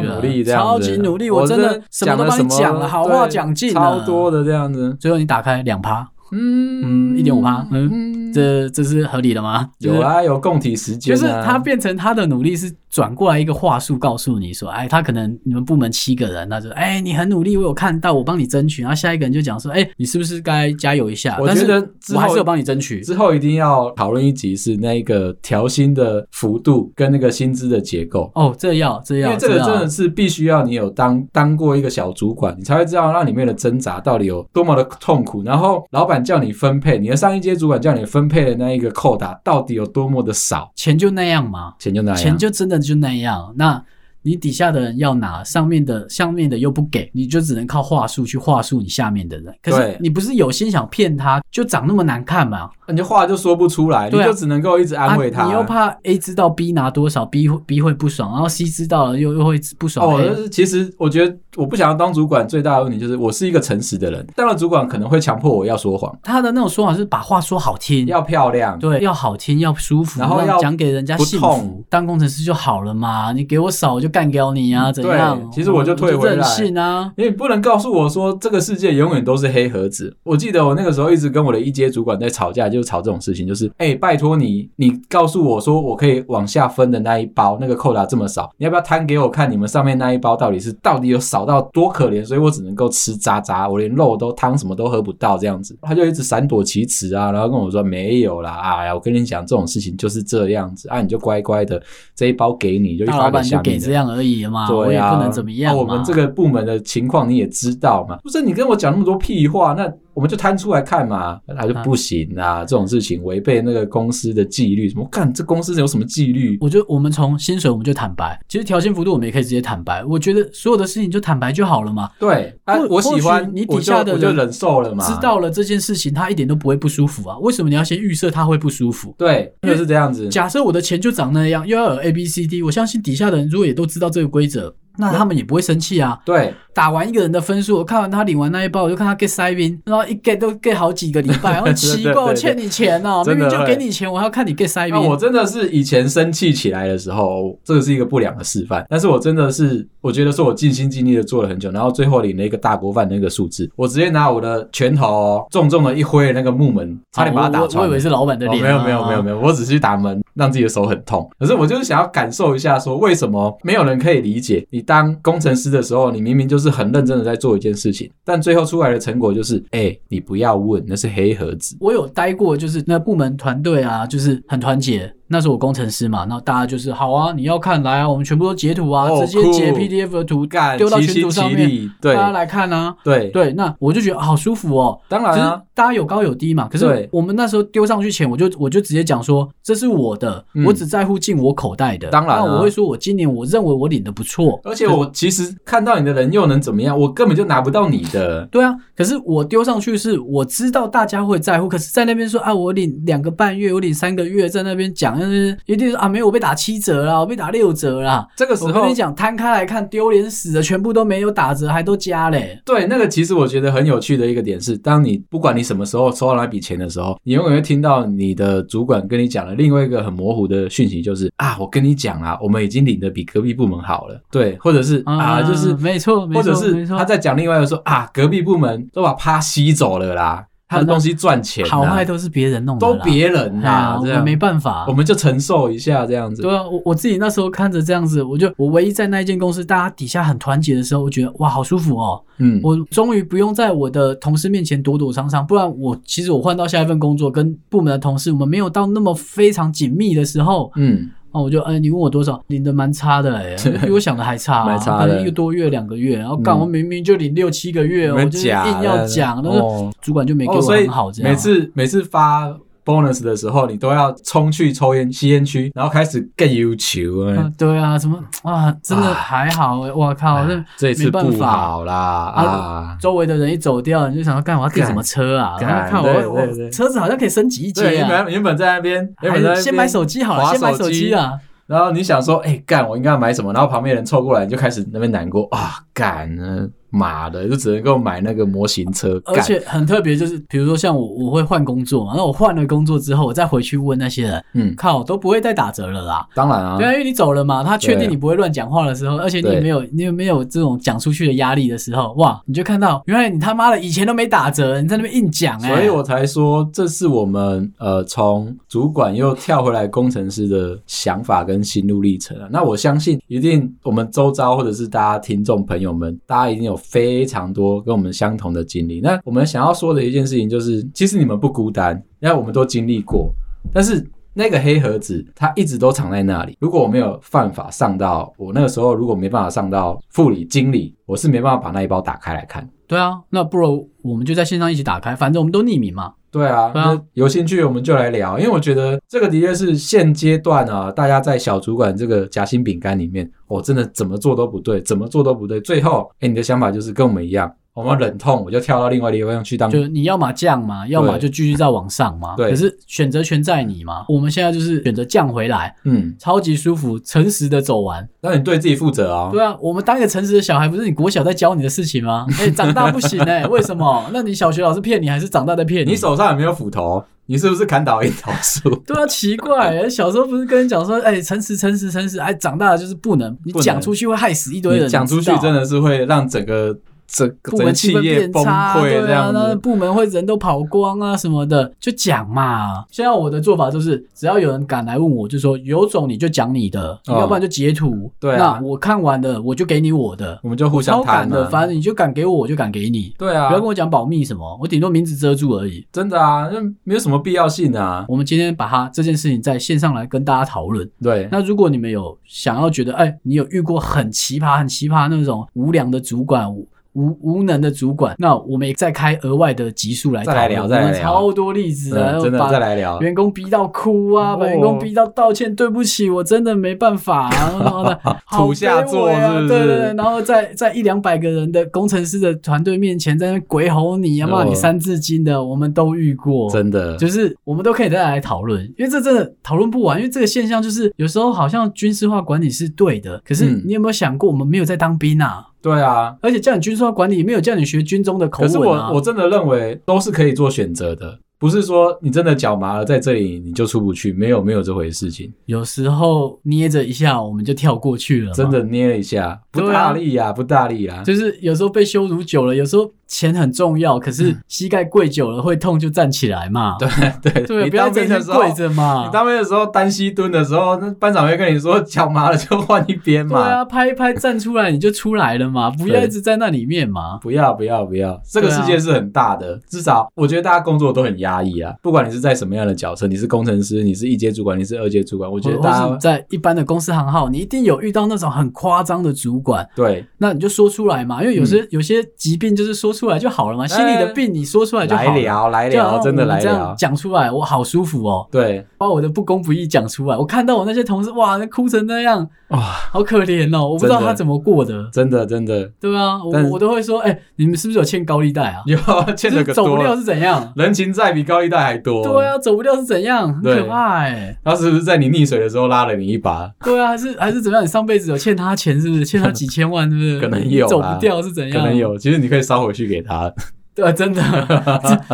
[SPEAKER 2] 了，
[SPEAKER 1] 努力这样子，
[SPEAKER 2] 超级努力，
[SPEAKER 1] 我
[SPEAKER 2] 真的什么
[SPEAKER 1] 讲
[SPEAKER 2] 都帮你讲
[SPEAKER 1] 了什么，
[SPEAKER 2] 好话
[SPEAKER 1] 对
[SPEAKER 2] 讲尽啊
[SPEAKER 1] 超
[SPEAKER 2] 了
[SPEAKER 1] 多的这样子，
[SPEAKER 2] 最后你打开两趴，
[SPEAKER 1] 嗯
[SPEAKER 2] 嗯1.5%
[SPEAKER 1] 嗯，
[SPEAKER 2] 这这是合理的吗？就是
[SPEAKER 1] 有啊，有共体时间
[SPEAKER 2] 就
[SPEAKER 1] 啊，
[SPEAKER 2] 是他变成他的努力是转过来一个话术，告诉你说，哎，他可能你们部门七个人，他就哎，你很努力，我有看到，我帮你争取。然后下一个人就讲说，哎，你是不是该加油一下？
[SPEAKER 1] 我
[SPEAKER 2] 但是
[SPEAKER 1] 觉得之
[SPEAKER 2] 我还
[SPEAKER 1] 后
[SPEAKER 2] 是有帮你争取。
[SPEAKER 1] 之后一定要讨论一集是那个调薪的幅度跟那个薪资的结构。
[SPEAKER 2] 哦，这要这
[SPEAKER 1] 因
[SPEAKER 2] 要，啊
[SPEAKER 1] 为这个
[SPEAKER 2] 要
[SPEAKER 1] 真的是必须要你有当当过一个小主管，你才会知道那里面的挣扎到底有多么的痛苦。然后老板叫你分配，你的上一阶主管叫你分配的那一个扣打到底有多么的少，
[SPEAKER 2] 钱就那样嘛，
[SPEAKER 1] 钱就那样，啊
[SPEAKER 2] 钱就真的就那样。那你底下的人要拿，上面的上面的又不给，你就只能靠话术去话术你下面的人。可是
[SPEAKER 1] 对
[SPEAKER 2] 你不是有心想骗他，就长那么难看嘛？
[SPEAKER 1] 你就话就说不出来，你
[SPEAKER 2] 对啊
[SPEAKER 1] 就只能够一直安慰他。哦
[SPEAKER 2] 啊。你又怕 A 知道 B 拿多少，B 会 B 会不爽，然后 C 知道了又又会不爽。哎
[SPEAKER 1] 哦，
[SPEAKER 2] A
[SPEAKER 1] 就是其实我觉得我不想要当主管，最大的问题就是我是一个诚实的人，当了主管可能会强迫我要说谎，
[SPEAKER 2] 他的那种说法是把话说好听，
[SPEAKER 1] 要漂亮，
[SPEAKER 2] 对，要好听，要舒
[SPEAKER 1] 哦
[SPEAKER 2] 服，
[SPEAKER 1] 然后
[SPEAKER 2] 让
[SPEAKER 1] 要
[SPEAKER 2] 讲给人家
[SPEAKER 1] 不
[SPEAKER 2] 幸
[SPEAKER 1] 痛
[SPEAKER 2] 福。当工程师就好了嘛，你给我少我就干掉你啊，怎
[SPEAKER 1] 嗯对
[SPEAKER 2] 样？
[SPEAKER 1] 其实我就退回来
[SPEAKER 2] 任性啊。
[SPEAKER 1] 你不能告诉我说这个世界永远都是黑盒子。我记得我那个时候一直跟我的一阶主管在吵架，就是吵这种事情，就是哎、拜托你，你告诉我说我可以往下分的那一包，那个扣打这么少，你要不要摊给我看？你们上面那一包到底是到底有少到多可怜？所以我只能够吃渣渣，我连肉都汤什么都喝不到这样子。他就一直闪躲其词啊，然后跟我说没有啦，哎呀，我跟你讲这种事情就是这样子啊，你就乖乖的这一包给你，就去发
[SPEAKER 2] 大老
[SPEAKER 1] 给
[SPEAKER 2] 板就
[SPEAKER 1] 下
[SPEAKER 2] 给
[SPEAKER 1] 面的
[SPEAKER 2] 这。样而已嘛，啊我
[SPEAKER 1] 对
[SPEAKER 2] 也
[SPEAKER 1] 呀、
[SPEAKER 2] 不能怎么样
[SPEAKER 1] 啊
[SPEAKER 2] 嘛。
[SPEAKER 1] 我们这个部门的情况你也知道嘛，不是你跟我讲那么多屁话，那我们就摊出来看嘛。他就
[SPEAKER 2] 啊
[SPEAKER 1] 不行啊，这种事情违背那个公司的纪律，什么干这公司有什么纪律？
[SPEAKER 2] 我就我们从薪水我们就坦白，其实调薪幅度我们也可以直接坦白。我觉得所有的事情就坦白就好了嘛。
[SPEAKER 1] 对，啊
[SPEAKER 2] 或，
[SPEAKER 1] 我喜
[SPEAKER 2] 或
[SPEAKER 1] 欢
[SPEAKER 2] 许你
[SPEAKER 1] 我
[SPEAKER 2] 底下
[SPEAKER 1] 就
[SPEAKER 2] 的
[SPEAKER 1] 我就
[SPEAKER 2] 人
[SPEAKER 1] 忍受了嘛，
[SPEAKER 2] 知道了这件事情，他一点都不会不舒服啊。为什么你要先预设他会不舒服？
[SPEAKER 1] 对，
[SPEAKER 2] 因为
[SPEAKER 1] 就是这样子。
[SPEAKER 2] 假设我的钱就长那样，又要有 A B C D，我相信底下的人如果也都知道这个规则，那他们也不会生气啊。
[SPEAKER 1] 对，
[SPEAKER 2] 打完一个人的分数，我看完他领完那一包，我就看他 get 塞宾，然后一 get 都 get 好几个礼 拜，然后奇怪，
[SPEAKER 1] 对对
[SPEAKER 2] 我欠你钱哦、
[SPEAKER 1] 真
[SPEAKER 2] 明
[SPEAKER 1] 的
[SPEAKER 2] 明就
[SPEAKER 1] 会
[SPEAKER 2] 给你钱，我还要看你 get 塞宾
[SPEAKER 1] 那。我真的是以前生气起来的时候，这个是一个不良的示范。但是我真的是，我觉得说我尽心尽力的做了很久，然后最后领了一个大锅饭的那个数字，我直接拿我的拳头哦重重的一挥那个木门，差点把它打
[SPEAKER 2] 啊我
[SPEAKER 1] 穿
[SPEAKER 2] 我以
[SPEAKER 1] 了
[SPEAKER 2] 为。是老板的
[SPEAKER 1] 哦，
[SPEAKER 2] 脸、啊
[SPEAKER 1] 没有没有没有没
[SPEAKER 2] 有。
[SPEAKER 1] 有，我只是去打门，让自己的手很痛。可是我就是想要感受一下，说为什么没有人可以理解你当工程师的时候，你明明就是很认真的在做一件事情，但最后出来的成果就是，哎、你不要问，那是黑盒子。
[SPEAKER 2] 我有待过，就是那部门团队啊，就是很团结。那时候我工程师嘛，然后大家就是好啊，你要看来啊，我们全部都截图啊，
[SPEAKER 1] 哦
[SPEAKER 2] 直接截
[SPEAKER 1] 酷
[SPEAKER 2] PDF 的图
[SPEAKER 1] 干，
[SPEAKER 2] 丢到
[SPEAKER 1] 齐
[SPEAKER 2] 群
[SPEAKER 1] 心
[SPEAKER 2] 组上
[SPEAKER 1] 齐
[SPEAKER 2] 面，
[SPEAKER 1] 力，
[SPEAKER 2] 大
[SPEAKER 1] 对
[SPEAKER 2] 家来看啊。
[SPEAKER 1] 对，
[SPEAKER 2] 对，那我就觉得啊好舒服哦。
[SPEAKER 1] 当
[SPEAKER 2] 可
[SPEAKER 1] 然啊
[SPEAKER 2] 是，大家有高有低嘛，可是
[SPEAKER 1] 对
[SPEAKER 2] 我们那时候丢上去前，我就我就直接讲说这是我的，
[SPEAKER 1] 嗯
[SPEAKER 2] 我只在乎进我口袋的。
[SPEAKER 1] 当然啊
[SPEAKER 2] 那我会说我今年我认为我领的不错。
[SPEAKER 1] 而且我其实看到你的人又能怎么样？我根本就拿不到你的。
[SPEAKER 2] 对啊，可是我丢上去是我知道大家会在乎，可是在那边说啊，我领两个半月，我领三个月，在那边讲，就是一定是啊，没有我被打七折啦，我被打六折啦。
[SPEAKER 1] 这个时
[SPEAKER 2] 我
[SPEAKER 1] 候
[SPEAKER 2] 跟你，讲，摊开来看，丢脸死了，全部都没有打折，还都加嘞。
[SPEAKER 1] 对那个其实我觉得很有趣的一个点是，当你不管你什么时候收到那笔钱的时候，你永远会听到你的主管跟你讲的另外一个很模糊的讯息，就是啊，我跟你讲啊，我们已经领的比隔壁部门好了，对，或者是啊，就是
[SPEAKER 2] 嗯没错，没
[SPEAKER 1] 或
[SPEAKER 2] 错，
[SPEAKER 1] 者
[SPEAKER 2] 没
[SPEAKER 1] 是
[SPEAKER 2] 错
[SPEAKER 1] 他在讲另外一个说啊，隔壁部门都把趴吸走了啦。他的东西赚钱、啊，
[SPEAKER 2] 好坏都是别人弄的
[SPEAKER 1] 都
[SPEAKER 2] 啦，
[SPEAKER 1] 别人
[SPEAKER 2] 哎呀
[SPEAKER 1] 啦，
[SPEAKER 2] 我
[SPEAKER 1] 这
[SPEAKER 2] 们
[SPEAKER 1] 样
[SPEAKER 2] 没办法
[SPEAKER 1] 我。们就承受一下这样子。
[SPEAKER 2] 对啊，我我自己那时候看着这样子，我就我唯一在那一间公司，大家底下很团结的时候，我觉得哇，好舒服哦！
[SPEAKER 1] 嗯，
[SPEAKER 2] 我终于不用在我的同事面前躲躲藏藏，不然我其实我换到下一份工作，跟部门的同事我们没有到那么非常紧密的时候，
[SPEAKER 1] 嗯，
[SPEAKER 2] 哦，我就哎、你问我多少，领的蛮差的、哎，比我想的还 差、
[SPEAKER 1] 蛮
[SPEAKER 2] 啊，
[SPEAKER 1] 差的
[SPEAKER 2] 可能一个多月两个月，然后干、
[SPEAKER 1] 嗯
[SPEAKER 2] 我明明就领六七个月，
[SPEAKER 1] 你
[SPEAKER 2] 我
[SPEAKER 1] 们
[SPEAKER 2] 就硬要讲，但是
[SPEAKER 1] 哦
[SPEAKER 2] 主管就没给
[SPEAKER 1] 哦，
[SPEAKER 2] 我
[SPEAKER 1] 所以
[SPEAKER 2] 很好，这样、
[SPEAKER 1] 每次每次发 bonus 的时候，你都要冲去抽烟吸烟区，然后开始更有球
[SPEAKER 2] 啊
[SPEAKER 1] 啊。
[SPEAKER 2] 对啊，什么啊，真的
[SPEAKER 1] 唉
[SPEAKER 2] 还好、哎，我靠，
[SPEAKER 1] 哎这一
[SPEAKER 2] 这
[SPEAKER 1] 次
[SPEAKER 2] 没办
[SPEAKER 1] 不
[SPEAKER 2] 法。
[SPEAKER 1] 好啦啊
[SPEAKER 2] 啊！周围的人一走掉，你就想说，干我要订什么车啊？
[SPEAKER 1] 干
[SPEAKER 2] 然后看
[SPEAKER 1] 对
[SPEAKER 2] 我
[SPEAKER 1] 对对
[SPEAKER 2] 我车子好像可以升级一
[SPEAKER 1] 对，
[SPEAKER 2] 阶
[SPEAKER 1] 原
[SPEAKER 2] 啊，
[SPEAKER 1] 本原本在那边，原
[SPEAKER 2] 还
[SPEAKER 1] 本在那边
[SPEAKER 2] 是先买手机好了，
[SPEAKER 1] 滑
[SPEAKER 2] 先买
[SPEAKER 1] 手
[SPEAKER 2] 手机啊。
[SPEAKER 1] 然后你想说，哎、干，我应该要买什么？然后旁边人凑过来，你就开始那边难过啊，干呢，妈的，就只能够买那个模型车，
[SPEAKER 2] 而
[SPEAKER 1] 干，
[SPEAKER 2] 且很特别，就是比如说像我，我会换工作嘛，那我换了工作之后，我再回去问那些人，
[SPEAKER 1] 嗯，
[SPEAKER 2] 靠，都不会再打折了啦。
[SPEAKER 1] 当然啊
[SPEAKER 2] 对，啊，因为你走了嘛，他确
[SPEAKER 1] 对
[SPEAKER 2] 定你不会乱讲话的时候，而且你也
[SPEAKER 1] 对
[SPEAKER 2] 没有你也没有这种讲出去的压力的时候，哇，你就看到原来你他妈的以前都没打折，你在那边硬讲哎、
[SPEAKER 1] 所以我才说，这是我们呃从主管又跳回来工程师的想法跟心路历程啊。那我相信，一定我们周遭或者是大家听众朋友们，大家一定有非常多跟我们相同的经历。那我们想要说的一件事情就是，其实你们不孤单，因为我们都经历过，但是。那个黑盒子，它一直都藏在那里。如果我没有办法上到，我那个时候如果没办法上到副理、经理，我是没办法把那一包打开来看。
[SPEAKER 2] 对啊，那不如我们就在线上一起打开，反正我们都匿名嘛。
[SPEAKER 1] 对啊，
[SPEAKER 2] 对啊
[SPEAKER 1] 那有兴趣我们就来聊，因为我觉得这个的确是现阶段啊，大家在小主管这个夹心饼干里面，哦、真的怎么做都不对，怎么做都不对。最后，哎，你的想法就是跟我们一样，哦我们忍痛，我就跳到另外一个地方去当。
[SPEAKER 2] 就你要么降嘛，要么就继续再往上 嘛。
[SPEAKER 1] 对
[SPEAKER 2] 可是选择权在你嘛。我们现在就是选择降回来，
[SPEAKER 1] 嗯，
[SPEAKER 2] 超级舒服，诚实的走完。
[SPEAKER 1] 那你对自己负责哦。
[SPEAKER 2] 对啊，我们当一个诚实的小孩，不是你国小在教你的事 情吗？哎、长大不行哎、为什么？那你小学老师骗你，还是长大在骗你？？
[SPEAKER 1] 你手上有没有斧头？你是不是砍倒樱桃树
[SPEAKER 2] 对啊，奇怪、小时候不是跟你讲说，哎、诚实，诚实，诚实，哎，长大了就是不能，你
[SPEAKER 1] 不能
[SPEAKER 2] 讲出去会害死一堆
[SPEAKER 1] 你
[SPEAKER 2] 人。
[SPEAKER 1] 讲出去
[SPEAKER 2] 啊你知道
[SPEAKER 1] 真的是会让整个整个整
[SPEAKER 2] 部
[SPEAKER 1] 个
[SPEAKER 2] 门气
[SPEAKER 1] 企
[SPEAKER 2] 氛
[SPEAKER 1] 业
[SPEAKER 2] 变
[SPEAKER 1] 崩
[SPEAKER 2] 差啊，
[SPEAKER 1] 溃
[SPEAKER 2] 对
[SPEAKER 1] 这样
[SPEAKER 2] 啊，那
[SPEAKER 1] 子。
[SPEAKER 2] 部门会人都跑光啊什么的，就讲嘛。现在我的做法就是，只要有人敢来问我，就说有种你就讲你的，
[SPEAKER 1] 哦
[SPEAKER 2] 要不然就截图。
[SPEAKER 1] 对啊
[SPEAKER 2] 那我看完了我就给你我的，
[SPEAKER 1] 我们就互相
[SPEAKER 2] 超
[SPEAKER 1] 谈
[SPEAKER 2] 敢
[SPEAKER 1] 嘛
[SPEAKER 2] 的，反正你就敢给我，我就敢给你。
[SPEAKER 1] 对啊
[SPEAKER 2] 不要，跟我讲保密什么，我顶多名字遮住而已。
[SPEAKER 1] 真的啊，那没有什么必要性啊。
[SPEAKER 2] 我们今天把它这件事情在线上来跟大家讨论。
[SPEAKER 1] 对，
[SPEAKER 2] 那如果你们有想要觉得，哎、你有遇过很奇葩、很奇葩那种无良的主管、无无无能的主管，那我们也再开额外的集数来
[SPEAKER 1] 再来
[SPEAKER 2] 讨
[SPEAKER 1] 聊
[SPEAKER 2] 论
[SPEAKER 1] 再来
[SPEAKER 2] 我们
[SPEAKER 1] 聊
[SPEAKER 2] 超多例子的，
[SPEAKER 1] 嗯真的
[SPEAKER 2] 把
[SPEAKER 1] 再来聊。
[SPEAKER 2] 员工逼到哭啊，
[SPEAKER 1] 哦
[SPEAKER 2] 把员工逼到道歉，对不起，我真的没办法、啊，然后 呢，好卑微啊
[SPEAKER 1] 土下座是不是
[SPEAKER 2] 对对对，然后在在一两百个人的工程师的团队面前，在那边鬼吼你啊，骂你
[SPEAKER 1] 哦
[SPEAKER 2] 三字经的，我们都遇过，
[SPEAKER 1] 真的，
[SPEAKER 2] 就是我们都可以再来讨论，因为这真的讨论不完。因为这个现象就是有时候好像军事化管理是对的，可是
[SPEAKER 1] 嗯
[SPEAKER 2] 你有没有想过，我们没有在当兵啊？
[SPEAKER 1] 对啊。
[SPEAKER 2] 而且叫你军事化管理，也没有叫你学军中的口
[SPEAKER 1] 可
[SPEAKER 2] 吻啊。
[SPEAKER 1] 是我我真的认为都是可以做选择的，不是说你真的脚麻了在这里你就出不去，没有没有这回事情，
[SPEAKER 2] 有时候捏着一下，我们就跳过去了嘛。
[SPEAKER 1] 真的捏了一下，不
[SPEAKER 2] 对啊
[SPEAKER 1] 大力呀、不大力啊啦、
[SPEAKER 2] 就是有时候被羞辱久了，有时候钱很重要，可是膝盖跪久了会痛，就站起来嘛。对
[SPEAKER 1] 嗯对
[SPEAKER 2] 对，啊
[SPEAKER 1] 你
[SPEAKER 2] 不要
[SPEAKER 1] 当
[SPEAKER 2] 整
[SPEAKER 1] 兵
[SPEAKER 2] 天
[SPEAKER 1] 的时候，
[SPEAKER 2] 跪
[SPEAKER 1] 哦你
[SPEAKER 2] 着啊嘛。
[SPEAKER 1] 当兵的时候单膝蹲的时候，那班长会跟你说脚麻了就换一边
[SPEAKER 2] 对
[SPEAKER 1] 嘛，
[SPEAKER 2] 啊，拍一拍站出来你就出来 了嘛，不要
[SPEAKER 1] 对
[SPEAKER 2] 一直在那里面嘛。
[SPEAKER 1] 不要不要不要，这个
[SPEAKER 2] 对啊啊
[SPEAKER 1] 世界是很大的，至少我觉得大家工作都很压抑啊，不管你是在什么样的角色，你是工程师，你是一阶主管，你是二阶主管，我觉
[SPEAKER 2] 或
[SPEAKER 1] 得
[SPEAKER 2] 或
[SPEAKER 1] 大
[SPEAKER 2] 是
[SPEAKER 1] 家
[SPEAKER 2] 你在一般的公司行号，你一定有遇到那种很夸张的主管，
[SPEAKER 1] 对
[SPEAKER 2] 那你就说出来嘛，因为有
[SPEAKER 1] 嗯
[SPEAKER 2] 些、有些疾病就是说出来就好了嘛，心理的病你说出来就好
[SPEAKER 1] 哎来
[SPEAKER 2] 了。
[SPEAKER 1] 聊来
[SPEAKER 2] 就好
[SPEAKER 1] 聊，
[SPEAKER 2] 像
[SPEAKER 1] 真的
[SPEAKER 2] 我们
[SPEAKER 1] 来
[SPEAKER 2] 这样
[SPEAKER 1] 聊，
[SPEAKER 2] 讲出来，我好舒服哦，
[SPEAKER 1] 对
[SPEAKER 2] 把我的不公不义讲出来。我看到我那些同事哇，那哭成那样，
[SPEAKER 1] 哇。
[SPEAKER 2] 好可怜哦，我不知道
[SPEAKER 1] 真的
[SPEAKER 2] 他怎么过的。
[SPEAKER 1] 真的真的
[SPEAKER 2] 对啊，我
[SPEAKER 1] 但是
[SPEAKER 2] 我都会说，哎、你们是不是有欠高利贷啊？
[SPEAKER 1] 有 欠了
[SPEAKER 2] 就
[SPEAKER 1] 个
[SPEAKER 2] 是走
[SPEAKER 1] 多
[SPEAKER 2] 不掉
[SPEAKER 1] 了，
[SPEAKER 2] 是怎样？
[SPEAKER 1] 人情债比高利贷还多。
[SPEAKER 2] 对，啊，走不掉是怎样？很可
[SPEAKER 1] 对
[SPEAKER 2] 怕哎、
[SPEAKER 1] 他是不是在你溺水的时候拉了你一把？
[SPEAKER 2] 对啊，还是还是怎么样？你上辈子有欠他 钱是不是？欠他几千万是不是？
[SPEAKER 1] 可能有啦啊
[SPEAKER 2] 你走不掉是怎
[SPEAKER 1] 可
[SPEAKER 2] 样？
[SPEAKER 1] 能有，其实你可以捎回去给他。
[SPEAKER 2] 对啊，真的，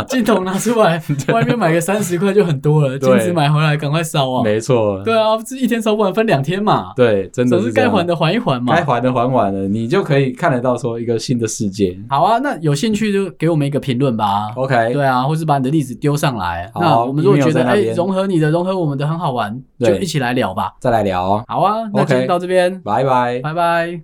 [SPEAKER 2] 镜头拿出来，外面买个三十块就很多了，镜
[SPEAKER 1] 对
[SPEAKER 2] 子买回来赶快烧啊！
[SPEAKER 1] 没错，
[SPEAKER 2] 对啊，这一天烧不完，分两天嘛，
[SPEAKER 1] 对，真的
[SPEAKER 2] 总是
[SPEAKER 1] 这
[SPEAKER 2] 该
[SPEAKER 1] 样
[SPEAKER 2] 还的还一还嘛。
[SPEAKER 1] 该还的还完了，你就可以看得到说一个新的世界。
[SPEAKER 2] 好啊，那有兴趣就给我们一个评论吧。
[SPEAKER 1] OK，
[SPEAKER 2] 对啊，或是把你的例子丢上来。
[SPEAKER 1] 哎好
[SPEAKER 2] 那我们如果觉
[SPEAKER 1] email 在
[SPEAKER 2] 得
[SPEAKER 1] 那
[SPEAKER 2] 哎、
[SPEAKER 1] 边
[SPEAKER 2] 融合你的，融合我们的很好玩，就
[SPEAKER 1] 对
[SPEAKER 2] 一起来聊吧。
[SPEAKER 1] 再来聊哦，
[SPEAKER 2] 好啊，那
[SPEAKER 1] OK
[SPEAKER 2] 今天到这边，
[SPEAKER 1] 拜拜。
[SPEAKER 2] 拜拜。